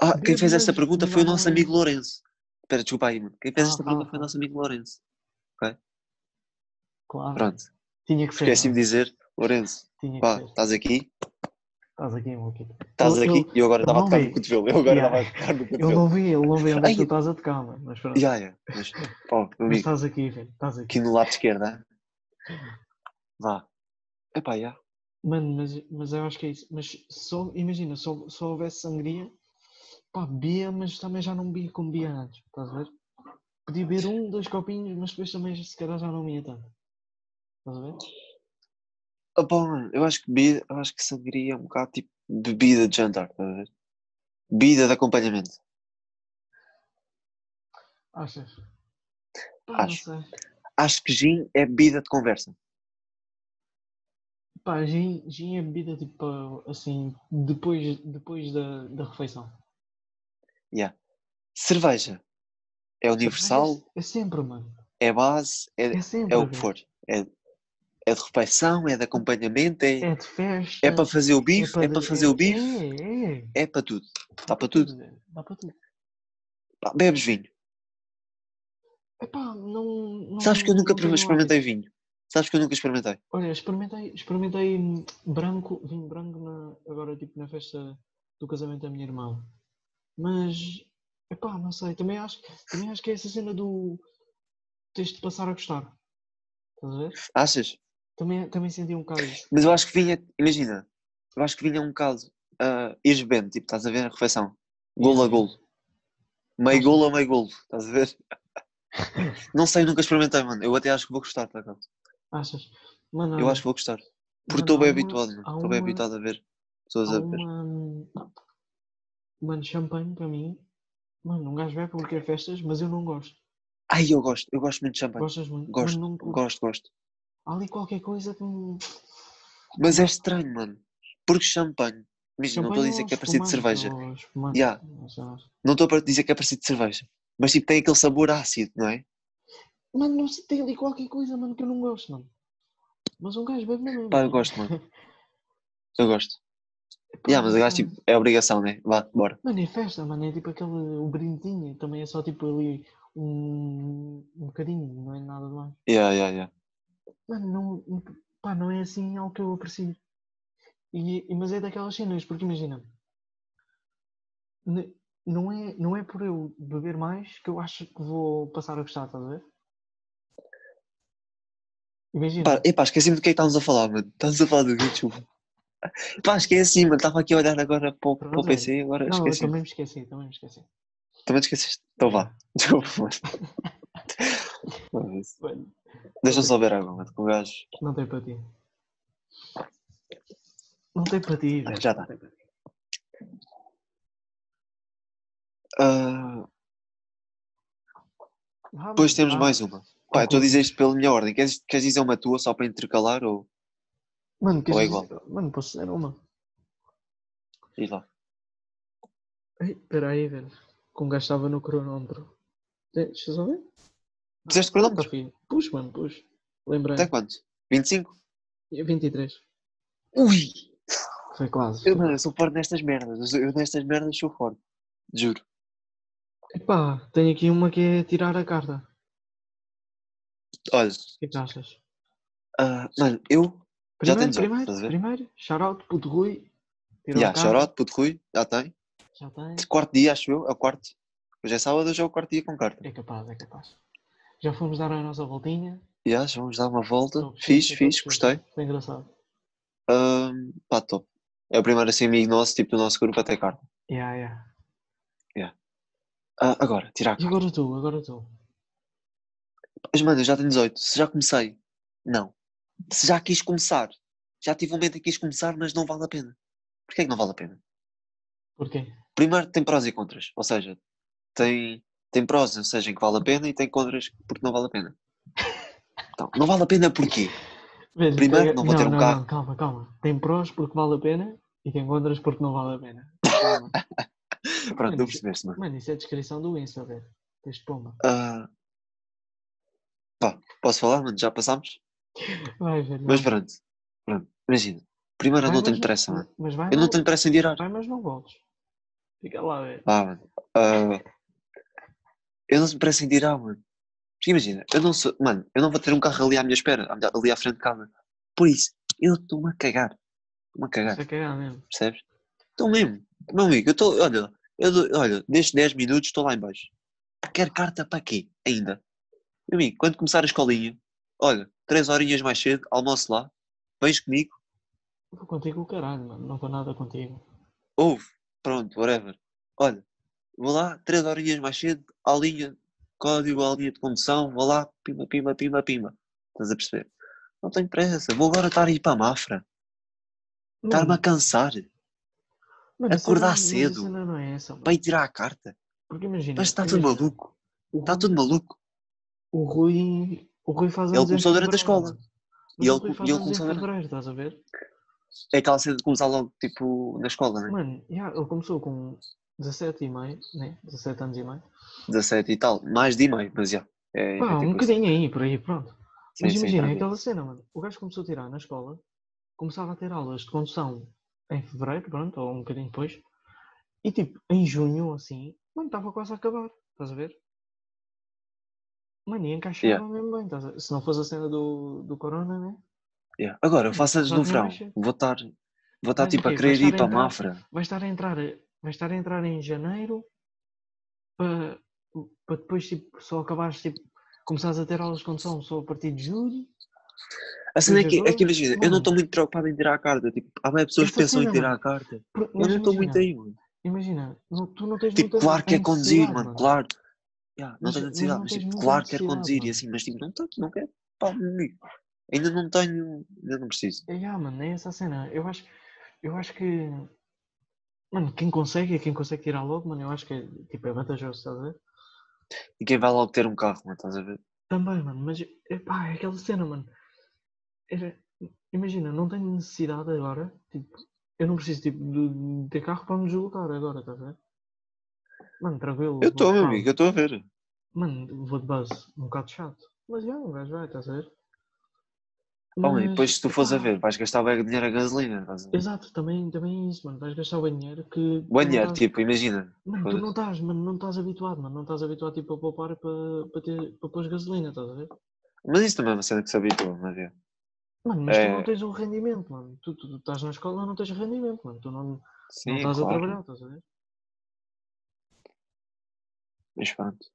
S1: Ah, quem fez esta
S2: Bebidas
S1: pergunta foi o
S2: não
S1: nosso
S2: é-
S1: amigo Lourenço. Espera, desculpa aí, mano. Quem fez
S2: Ah,
S1: esta
S2: ah,
S1: pergunta foi o
S2: ah.
S1: nosso amigo Lourenço.
S2: Claro.
S1: Pronto,
S2: Tinha que ser.
S1: esqueci-me de
S2: mano,
S1: dizer, Lourenço,
S2: Tinha que
S1: pá,
S2: ser.
S1: estás aqui,
S2: Estás aqui, meu querido.
S1: estás
S2: Eu-
S1: aqui, e eu agora
S2: eu
S1: estava a
S2: não
S1: tocar
S2: vi.
S1: no cotovelo, eu agora
S2: Yeah.
S1: estava a tocar no
S2: Eu
S1: cotovelo.
S2: não vi, ele não vê onde é
S1: Ai,
S2: que tu estás a tocar, mano. Mas pronto.
S1: Já, já, mas, pá, meu
S2: Mas tá-
S1: amigo,
S2: estás aqui, velho. Estás aqui.
S1: aqui no lado esquerdo, ah. vá. Epá, já,
S2: Mano, mas, mas eu acho que é isso. Mas só, imagina, só, só houvesse sangria, pá, bebia, mas também já não bebia como bebia antes, estás a ver? Podia beber um, dois copinhos, mas depois também se calhar já não bebia tanto. Estás a ver?
S1: Epá, Ah, mano, eu acho que bebida, eu acho que sangria é um bocado tipo bebida de jantar, estás a ver? Bebida de acompanhamento.
S2: Achas? Pá,
S1: Acho.
S2: não sei.
S1: Acho que gin é bebida de conversa.
S2: Pá, gin, gin é bebida tipo ah, assim, depois, depois da, da refeição.
S1: Cerveja é universal,
S2: É, é sempre, mano.
S1: é base, é,
S2: É sempre.
S1: é o que
S2: velho.
S1: for. É, é de refeição, é de acompanhamento, é,
S2: É de festa.
S1: É para fazer o bife, é para
S2: de-
S1: fazer o bife,
S2: É, é.
S1: é para tudo. Dá para tudo.
S2: velho. Dá para tudo.
S1: Pá, Bebes vinho.
S2: Epá, não, não.
S1: Sabes que eu nunca
S2: não tenho
S1: experimentei vinho. Sabes que eu nunca experimentei.
S2: Olha, experimentei, experimentei hum, branco, vinho branco na- agora tipo na festa do casamento da minha irmã. Mas, epá, não sei, também acho, também acho que é essa cena do tens de passar a gostar. Estás a ver?
S1: Achas?
S2: Também, também senti um bocado isso.
S1: Mas eu acho que vinho é. Imagina, eu acho que vinho é um caso. Uh, ires bebendo, tipo, estás a ver a refeição. Golo a golo. Meio
S2: Acho-
S1: golo a meio golo. Estás a ver? Não sei, nunca experimentei, mano. Eu até acho que vou gostar, por acaso.
S2: Achas? Mano,
S1: Eu
S2: olha,
S1: acho que vou gostar.
S2: mano,
S1: Porque estou bem
S2: Ah. há uma-
S1: habituado, mano.
S2: há
S1: Estou bem
S2: uma-
S1: habituado a ver pessoas
S2: há
S1: a beber.
S2: uma. hum, Mano, champanhe para mim. Mano, um gajo bebe porque é festas, mas eu não gosto.
S1: Ai, eu gosto. Eu gosto muito de champanhe.
S2: Gostas muito? Mano,
S1: Gosto,
S2: não curto.
S1: gosto, gosto.
S2: Há ali qualquer coisa que me.
S1: Mas é estranho, mano. Porque champanhe. Imagina, não estou a
S2: Champanhe
S1: dizer
S2: ou
S1: que é parecido de
S2: espumante,
S1: cerveja.
S2: ou espumante,
S1: Yeah.
S2: não sei lá.
S1: Não estou a dizer que é parecido de cerveja. Mas tipo, tem aquele sabor ácido, não é?
S2: Mano, não sei, tem ali qualquer coisa, mano, que eu não gosto, mano. Mas um gajo bebe mesmo.
S1: Pá, eu
S2: mano.
S1: gosto, mano. Eu gosto.
S2: Epá,
S1: Yeah, mas
S2: não
S1: eu acho
S2: sei.
S1: tipo, é obrigação, né? Vá, bora.
S2: Mano, é festa, mano, é tipo aquele o brindinho, também é só tipo ali um, um bocadinho, não é nada de mais.
S1: Yeah, yeah, yeah.
S2: Mano, não, pá, não é assim algo que eu aprecio. E, e- mas é daquelas cenas, porque imagina, n- não é, não é por eu beber mais que eu acho que vou passar a gostar, estás a ver? Imagina.
S1: Pá, epá, esqueci-me do que é que estávamos a falar, mano. Estávamos a falar do Guichu. Pá, esqueci, mano. Estava aqui a olhar agora para o, para o
S2: Pronto,
S1: PC, agora
S2: Não, eu
S1: esqueci.
S2: também me esqueci, também me esqueci.
S1: Também te esqueceste. Então vá. Desculpa, mano.
S2: Olha,
S1: Deixa-me só ver água, mano. Com o gajo.
S2: Não tem para ti. Não tem para ti,
S1: Ah,
S2: velho.
S1: Já está. Ah,
S2: Vá,
S1: Depois
S2: mano,
S1: temos
S2: vá.
S1: mais uma. Pá, eu estou a
S2: Conclui.
S1: dizer isto pela minha ordem. Queres, queres dizer uma tua só para intercalar ou
S2: Mano, queres
S1: ou é
S2: dizer- Mano, posso ser uma?
S1: diz lá?
S2: Ei, Espera aí, velho. Que um gajo estava no cronómetro. Deixa eu só ver.
S1: Fizeste
S2: Tá
S1: cronómetro?
S2: filho. Puxa, mano, puxa. Lembrei. É
S1: Até quanto? 25?
S2: 23.
S1: Ui!
S2: Foi quase.
S1: Eu, mano, eu sou forte nestas merdas. Eu, sou- eu nestas merdas sou forte. Juro.
S2: Epá, tenho aqui uma que é tirar a carta.
S1: Olha,
S2: O que é que achas?
S1: ah, mano, eu. Já
S2: Primeiro,
S1: tem dezoito,
S2: primeiro,
S1: estás a ver?
S2: primeiro, shout-out, puto Rui. Tirou
S1: Já,
S2: a carta.
S1: Charote, puto Rui, já tem.
S2: Já tem.
S1: Quarto dia, acho eu, é o quarto. Hoje é sábado, hoje é o quarto dia com carta.
S2: É capaz, é capaz. Já fomos dar a nossa voltinha.
S1: Já, já vamos dar uma volta.
S2: Estou a curtir,
S1: Fiz,
S2: estou a
S1: fiz,
S2: curtir.
S1: gostei.
S2: Foi engraçado.
S1: Ahm, pá, top. É o primeiro assim amigo nosso, tipo do nosso grupo, até carta.
S2: Yeah, yeah.
S1: Ah, agora, tirar a
S2: E
S1: carta.
S2: agora tu, agora tu.
S1: Mas, mano, eu já tenho 18. Se já comecei, não. Se já quis começar, já tive um momento em que quis começar, mas não vale a pena. Porquê é que não vale a pena?
S2: Porquê?
S1: Primeiro, tem prós e contras. Ou seja, tem, tem prós, ou seja, em que vale a pena, e tem contras porque não vale a pena. Então, não vale a pena porquê?
S2: Vês,
S1: Primeiro,
S2: pega-
S1: não vou ter um
S2: não,
S1: carro.
S2: Não, calma, calma. Tem prós porque vale a pena e tem contras porque não vale a pena. Calma.
S1: Pronto, tu percebeste, mano.
S2: Mano, isso é a descrição do Insta, velho. Tens de pomba.
S1: Ah, pá, posso falar, mano? Já passámos?
S2: Vai, velho.
S1: Mas
S2: vai.
S1: pronto, pronto, imagina. Primeiro, eu
S2: Vai,
S1: não
S2: mas
S1: tenho pressa, mano.
S2: Mas vai,
S1: Eu não
S2: mas-
S1: tenho pressa em tirar.
S2: vai, mas não voltes. Fica lá, é. velho.
S1: Pá, mano. ah, eu não tenho pressa em tirar, mano. Porque imagina, eu não sou. Mano, eu não vou ter um carro ali à minha espera, ali à frente de casa. Por isso, eu estou-me a cagar. Estou-me a cagar.
S2: Está a cagar mesmo.
S1: percebes? Então mesmo, meu amigo, eu estou, olha, eu, dou- olha, destes 10 minutos estou lá em baixo. Quer carta para quê ainda? Meu amigo, quando começar a escolinha, olha, 3 horinhas mais cedo, almoço lá, vens comigo,
S2: Vou contigo o caralho, mano. Não estou nada contigo.
S1: ouve, pronto, whatever. Olha, vou lá, 3 horinhas mais cedo, aulinha, código, aulinha de condução, vou lá, pimba, pimba, pimba, pimba. Estás a perceber? Não tenho pressa, vou agora estar aí para a Mafra, estar-me a cansar,
S2: Mano, a
S1: Tá acordar
S2: cena- mas a
S1: cedo.
S2: cena não é essa, mano.
S1: vai tirar a carta.
S2: Porque imagina.
S1: Mas está tudo
S2: imagina,
S1: maluco,
S2: O,
S1: está tudo maluco.
S2: o Rui. O Rui faz
S1: Ele
S2: anos em
S1: começou durante a escola.
S2: fevereiro, mano.
S1: E
S2: Mas
S1: ele
S2: o Rui
S1: co-
S2: faz
S1: e ele
S2: anos em
S1: começou a ver-
S2: fevereiro, estás a ver?
S1: É aquela cena de começar logo, tipo, na escola, né?
S2: Mano, yeah, ele começou com 17 e meio, né? 17 anos e meio.
S1: 17 e tal. Mais de e meio, mas já. É,
S2: Pá,
S1: é
S2: um
S1: tipo assim.
S2: bocadinho aí, por aí, pronto.
S1: Sim,
S2: Mas
S1: sim,
S2: imagina, é
S1: tranquilo.
S2: aquela cena, mano. O gajo começou a tirar na escola, começava a ter aulas de condução em fevereiro, pronto, ou um bocadinho depois. E tipo, em junho, assim, mano, estava quase a acabar, estás a ver? Mano, e encaixava
S1: Yeah.
S2: mesmo bem, estás a ver? Se não fosse a cena do, do Corona, né?
S1: Yeah. Agora, eu faço anos
S2: Só
S1: no
S2: tinha
S1: verão.
S2: mais cedo.
S1: Vou estar, vou estar
S2: Mas o
S1: tipo, a
S2: quê?
S1: querer
S2: Vais
S1: ir
S2: estar
S1: para
S2: a
S1: a
S2: entrar-
S1: Mafra.
S2: Vai estar a entrar, vai estar a entrar em janeiro para, para depois, tipo, só acabares, tipo, começares a ter aulas de condução só a partir de julho.
S1: A cena é
S2: Mas
S1: que, é
S2: agora,
S1: que imagina, eu
S2: mano.
S1: não estou muito preocupado em tirar a carta. Tipo, há bem pessoas que
S2: Essa
S1: pensam em
S2: cena,
S1: tirar
S2: mano.
S1: a carta.
S2: Por-
S1: Eu
S2: mas
S1: não estou muito
S2: imagina,
S1: aí, mano.
S2: Imagina, não- tu não tens
S1: Tipo,
S2: muita
S1: claro que é
S2: a
S1: conduzir,
S2: necessidade,
S1: mano, claro. Yeah, não
S2: Mas-
S1: tenho
S2: mas
S1: necessidade,
S2: não
S1: mas
S2: tens
S1: tipo,
S2: muita
S1: claro que quero
S2: necessidade,
S1: conduzir e
S2: mano.
S1: assim, mas tipo, não tanto, não quero. Pá, meu amigo. Ainda não tenho, ainda não preciso.
S2: É, yeah, mano, é essa a cena. Eu acho, eu acho que. Mano, quem consegue é quem consegue tirar logo, mano. Eu acho que é, tipo, é vantajoso, estás a ver?
S1: E quem vai logo ter um carro, mano, estás a ver?
S2: Também, mano, mas epá, é aquela cena, mano. Era- imagina, não tenho necessidade agora. Tipo, eu não preciso tipo, de, de ter carro para me deslocar agora, estás a ver? Mano, tranquilo.
S1: Eu
S2: vou
S1: estou,
S2: de
S1: meu
S2: carro.
S1: amigo, eu estou a ver.
S2: Mano, vou de base, um bocado chato. Mas já, um gajo vai, estás a ver?
S1: Homem, e depois
S2: Mas,
S1: se tu fores a
S2: epá,
S1: ver, vais gastar bem dinheiro a gasolina. Estás a ver?
S2: Exato, também, também é isso, mano. Vais gastar bem dinheiro que. tu
S1: Bom
S2: não
S1: dinheiro,
S2: estás-
S1: tipo, imagina.
S2: Mano, tu
S1: foda-se.
S2: não estás, mano, não estás habituado, mano. Não estás habituado tipo, a poupar para, para, ter, para pôr gasolina, estás a ver?
S1: Mas isso também é uma cena que se habitua, mas é.
S2: Mano, mas tu
S1: É.
S2: não tens um rendimento, mano. Tu, tu, tu estás na escola não tens rendimento, mano. Tu não,
S1: Sim,
S2: não estás a
S1: claro.
S2: trabalhar, estás a ver?
S1: Mas pronto.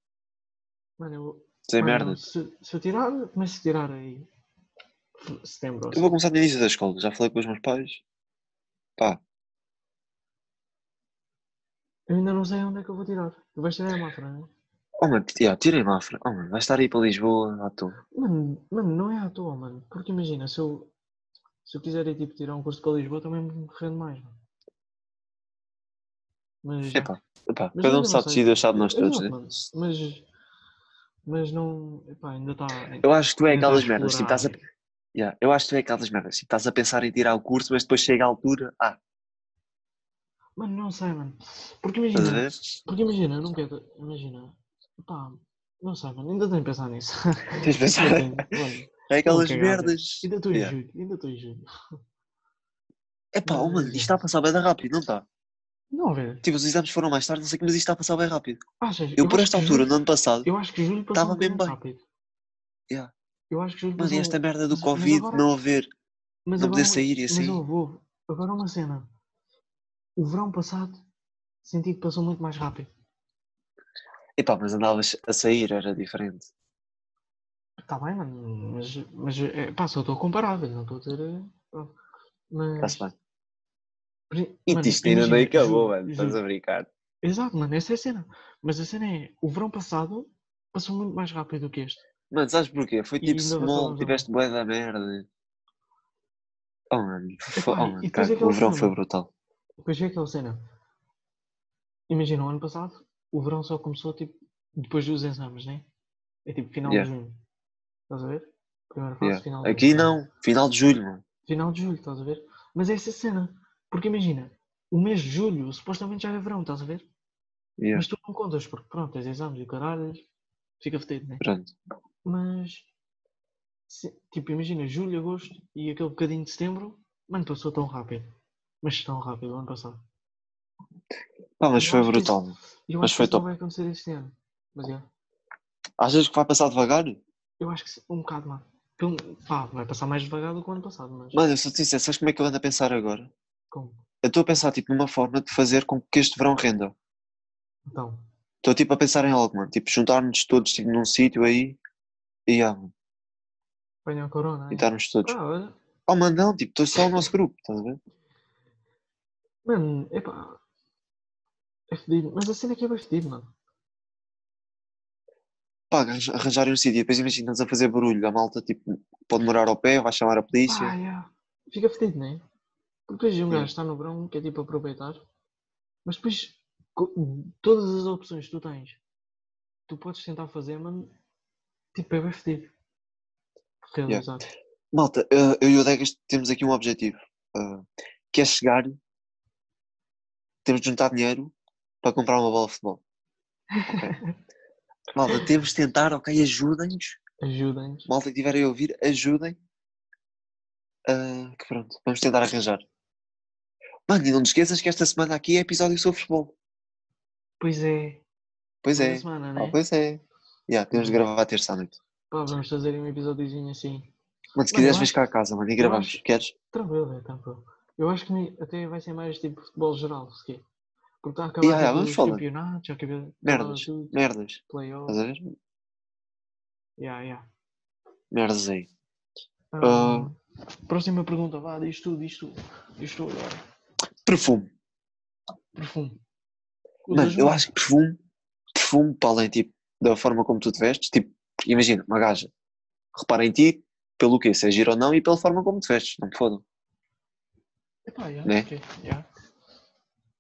S2: Mano, eu,
S1: Sem
S2: mano,
S1: merda.
S2: Se, se eu tirar, mas se tirar aí. Setembro,
S1: Eu vou começar no início da escola. Já falei com os meus pais. Pá,
S2: Eu ainda não sei onde é que eu vou tirar. Tu vais tirar a máfra, não é?
S1: oh mano, yeah, tirei Mafra. Oh mano, vai estar aí para Lisboa à toa.
S2: Mano, mano, não é à toa, mano. Porque imagina, se eu, se eu quiser ir tipo, tirar um curso para Lisboa, também me rende mais, mano. Mas,
S1: Epá, epá,
S2: Mas
S1: cada
S2: ainda
S1: um
S2: não
S1: sabe de
S2: sei.
S1: si, Deus sabe de nós
S2: exato,
S1: todos, né?
S2: mano. Mas, mas não. Epá, ainda está.
S1: Eu acho que tu é
S2: Ainda
S1: aquelas
S2: está a
S1: merdas, tipo,
S2: explorar.
S1: estás a. Yeah, eu acho que tu é aquelas merdas, tipo, estás a pensar em tirar o curso, mas depois chega a altura. Ah,
S2: Mano, não sei, mano. Porque
S1: estás a
S2: imagina.
S1: ver?
S2: Porque imagina, eu não quero. Imagina. Epá, não sei, mano. Ainda tenho pensado nisso.
S1: Tens de pensar.
S2: Ainda tenho, mano,
S1: É aquelas
S2: cagada.
S1: merdas.
S2: ainda estou em
S1: Yeah.
S2: julho. Ainda estou em julho.
S1: Epá, oh, mano, isto
S2: Mas-
S1: está a passar bem rápido, não está?
S2: Não, velho.
S1: Tipo, os exames foram mais tarde, não sei o que, mas isto está a passar bem rápido.
S2: Achas?
S1: Eu, por
S2: acho
S1: esta
S2: que
S1: altura,
S2: julho-
S1: no ano passado,
S2: Eu acho que julho passou
S1: Tava
S2: um bocadinho
S1: mesmo bem.
S2: rápido.
S1: Yeah.
S2: Eu acho que julho
S1: mano,
S2: passou.
S1: e esta merda do
S2: mas- mas
S1: Covid,
S2: agora-
S1: não haver,
S2: Mas
S1: não
S2: agora,
S1: poder sair e assim.
S2: Mas eu vou. Agora uma cena. O verão passado senti que passou muito mais rápido.
S1: Epá, mas andavas a sair, era diferente.
S2: Está Tá bem, mano. Mas, mas é, pá, só estou a comparar, velho, não estou a ter. eh, pronto. Mas.
S1: Está-se bem.
S2: pri-
S1: E
S2: mano,
S1: isto ainda nem
S2: imagina,
S1: acabou,
S2: juro,
S1: é mano, estás
S2: juro.
S1: a brincar.
S2: Exato, mano, essa é a cena. Mas a cena é, o verão passado passou muito mais rápido do que este.
S1: Mano, sabes porquê? Foi
S2: E
S1: tipo
S2: ainda
S1: small,
S2: falamos
S1: tiveste bué da merda. Oh, mano, foi, oh,
S2: Epá, e
S1: mano,
S2: depois
S1: cara,
S2: aquela
S1: o verão
S2: cena,
S1: foi
S2: mano.
S1: brutal.
S2: Depois é aquela cena. Imagina, o ano passado, o verão só começou tipo depois dos exames, né? É tipo final
S1: Yeah.
S2: de junho. Estás a ver? Primeira fase,
S1: Yeah.
S2: final de
S1: Aqui
S2: julho.
S1: não, final de julho, mano.
S2: Final de julho, estás a ver? Mas é essa cena. Porque imagina, o mês de julho supostamente já é verão, estás a ver?
S1: Yeah,
S2: Mas tu não contas porque pronto, tens exames e o caralho, fica fedido, né?
S1: Pronto.
S2: Mas, se- tipo, imagina julho, agosto e aquele bocadinho de setembro, mano, passou tão rápido. Mas tão rápido, o ano passado.
S1: Pá, mas
S2: Eu
S1: foi
S2: acho que
S1: brutal. mano.
S2: E eu
S1: Mas
S2: acho
S1: foi
S2: que isso não
S1: top.
S2: vai acontecer este ano. Mas é.
S1: Às vezes que vai passar devagar?
S2: Eu acho que sim, um bocado, mano. Pelo- pá, vai passar mais devagar do que o ano passado, mas.
S1: Mano, eu sou sincero, sabes como é que eu ando a pensar agora?
S2: Como?
S1: Eu estou a pensar, tipo, numa forma de fazer com que este verão renda.
S2: Então,
S1: Estou, tipo, a pensar em algo, mano. Tipo, juntar-nos todos, tipo, num sítio aí. E, ah, mano,
S2: apanhar a corona.
S1: e
S2: é?
S1: estarmos todos.
S2: Ah, olha.
S1: Oh, mano, não, tipo, estou só o nosso grupo, estás a ver?
S2: Mano, epá. É fedido. Mas a cena aqui é bem fedido, mano.
S1: Pá, arranj- arranjarem um sítio. E Depois imagina a fazer barulho. A malta, tipo, pode morar ao pé, vai chamar a polícia.
S2: Pá, yeah. Fica fedido, não é? Porque depois um
S1: Sim.
S2: gajo está no verão, quer tipo aproveitar. Mas depois, co- todas as opções que tu tens, tu podes tentar fazer, mano. Tipo, é bem fedido. Realizar.
S1: Malta, eh, eu e o Degas temos aqui um objetivo. eh, que é chegar. Temos de juntar dinheiro para comprar uma bola de futebol. Ok. Malta, temos de tentar, ok? Ajudem-nos.
S2: Ajudem-nos.
S1: Malta que estiverem a ouvir, ajudem. Ah, que pronto, vamos tentar arranjar. Mano, e não te esqueças que esta semana aqui é episódio sobre futebol.
S2: Pois é.
S1: Pois
S2: toda
S1: é.
S2: Semana, né?
S1: Ah, pois é. Já, temos de gravar terça à noite.
S2: Pá, vamos fazer um episódiozinho assim.
S1: Mano, se
S2: Mano, eu
S1: quiseres, vens
S2: acho-
S1: cá a casa, mano, e
S2: eu
S1: gravamos.
S2: acho-
S1: Queres?
S2: Tranquilo, é tranquilo. Eu acho que nem- até vai ser mais tipo futebol geral, se quê. Porque está a acabar
S1: Ya, ya,
S2: tipo,
S1: vamos
S2: os
S1: falando.
S2: campeonatos, já acabou acabou
S1: Merdas.
S2: tudo,
S1: Merdas.
S2: playoffs.
S1: Estás a ver? é-
S2: Ya, ya.
S1: Merdas aí.
S2: Ah, Próxima pergunta, vá, diz tu, diz tu. Diz tu agora.
S1: Perfume.
S2: Perfume.
S1: Mano,
S2: Usas
S1: eu
S2: muito?
S1: acho que perfume, perfume, para além tipo, da forma como tu te vestes, tipo, imagina, uma gaja repara em ti pelo quê? Se é giro ou não e pela forma como te vestes, não me fodam.
S2: Epá, ya,
S1: né?
S2: ok, ya. é,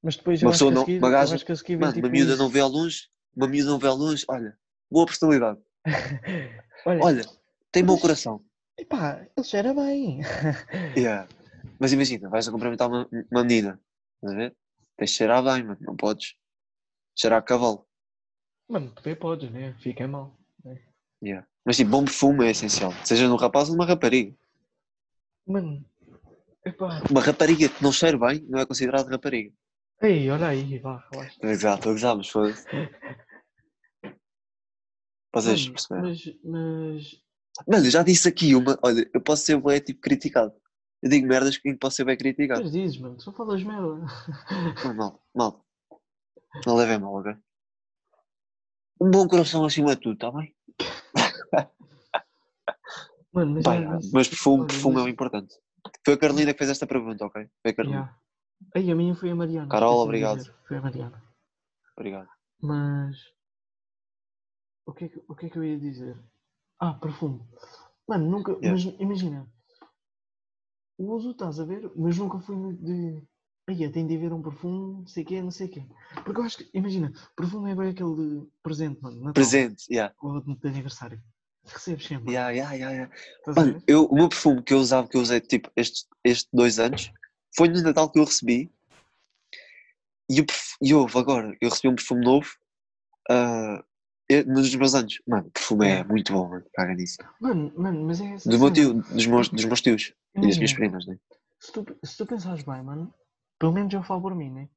S2: Mas depois eu
S1: Uma
S2: acho que
S1: pessoa
S2: a
S1: não-
S2: seguir-
S1: uma
S2: eu
S1: gaja-
S2: acho que a seguir vem
S1: Mano,
S2: tipo
S1: uma miúda
S2: isso.
S1: não vê ao longe, uma miúda não vê ao longe, olha, boa personalidade.
S2: Olha,
S1: Olha, tem bom coração.
S2: epá, ele cheira bem.
S1: Yeah. Mas imagina, vais a cumprimentar uma, uma menina, estás a ver? Tens de cheirar bem, mano, não podes cheirar a cavalo.
S2: Mano, também podes, né? Fica mal.
S1: Yeah. Mas tipo, bom perfume é essencial, seja num rapaz ou numa rapariga.
S2: Mano, epá.
S1: Uma rapariga que não cheira bem não é considerada rapariga.
S2: Ei, olha aí, vá, relaxa.
S1: Exato, exato, foda-se. Vocês
S2: Mano,
S1: perceberam?
S2: Mas, mas.
S1: Mano, eu já disse aqui uma, olha, eu posso ser bem tipo criticado. Eu digo merdas que posso ser bem criticado.
S2: Mas dizes, mano, só falas merda.
S1: Não, mal, mal. Não levem mal, ok? Um bom coração acima de tudo, tá bem?
S2: Mano, mas.
S1: Pá,
S2: olha, mas-
S1: mas perfume,
S2: olha,
S1: perfume é o
S2: mas-
S1: importante. Foi a Carolina que fez esta pergunta, ok? Foi a Carolina,
S2: Yeah. Aí a minha foi a Mariana.
S1: Carol,
S2: esqueci de
S1: obrigado.
S2: dizer, Foi a Mariana.
S1: obrigado.
S2: Mas. O que, é que, o que é que eu ia dizer? Ah, perfume. Mano, nunca.
S1: Yeah.
S2: Mas imagina. O uso, estás a ver? Mas nunca fui muito de. Aí, tem de haver um perfume, não sei o quê, não sei o quê. Porque eu acho que, imagina, perfume é bem aquele de presente, mano. de Natal,
S1: Presente, yeah.
S2: Ou de aniversário. Recebes sempre.
S1: Yeah, yeah, yeah, yeah.
S2: Estás a ver?
S1: Mano, eu, o meu perfume que eu usava, que eu usei tipo estes, estes dois anos, foi no Natal que eu recebi. E, o perf- e houve agora, eu recebi um perfume novo ah, eu- nos meus anos. Mano, perfume é
S2: Yeah.
S1: muito bom, mano, caga nisso.
S2: Mano, mano, mas é essa
S1: Do meu
S2: cena.
S1: tio, dos meus, dos meus tios e das minhas
S2: Imagina,
S1: primas, né?
S2: se tu, se tu pensares bem, mano, pelo menos eu falo por mim, né?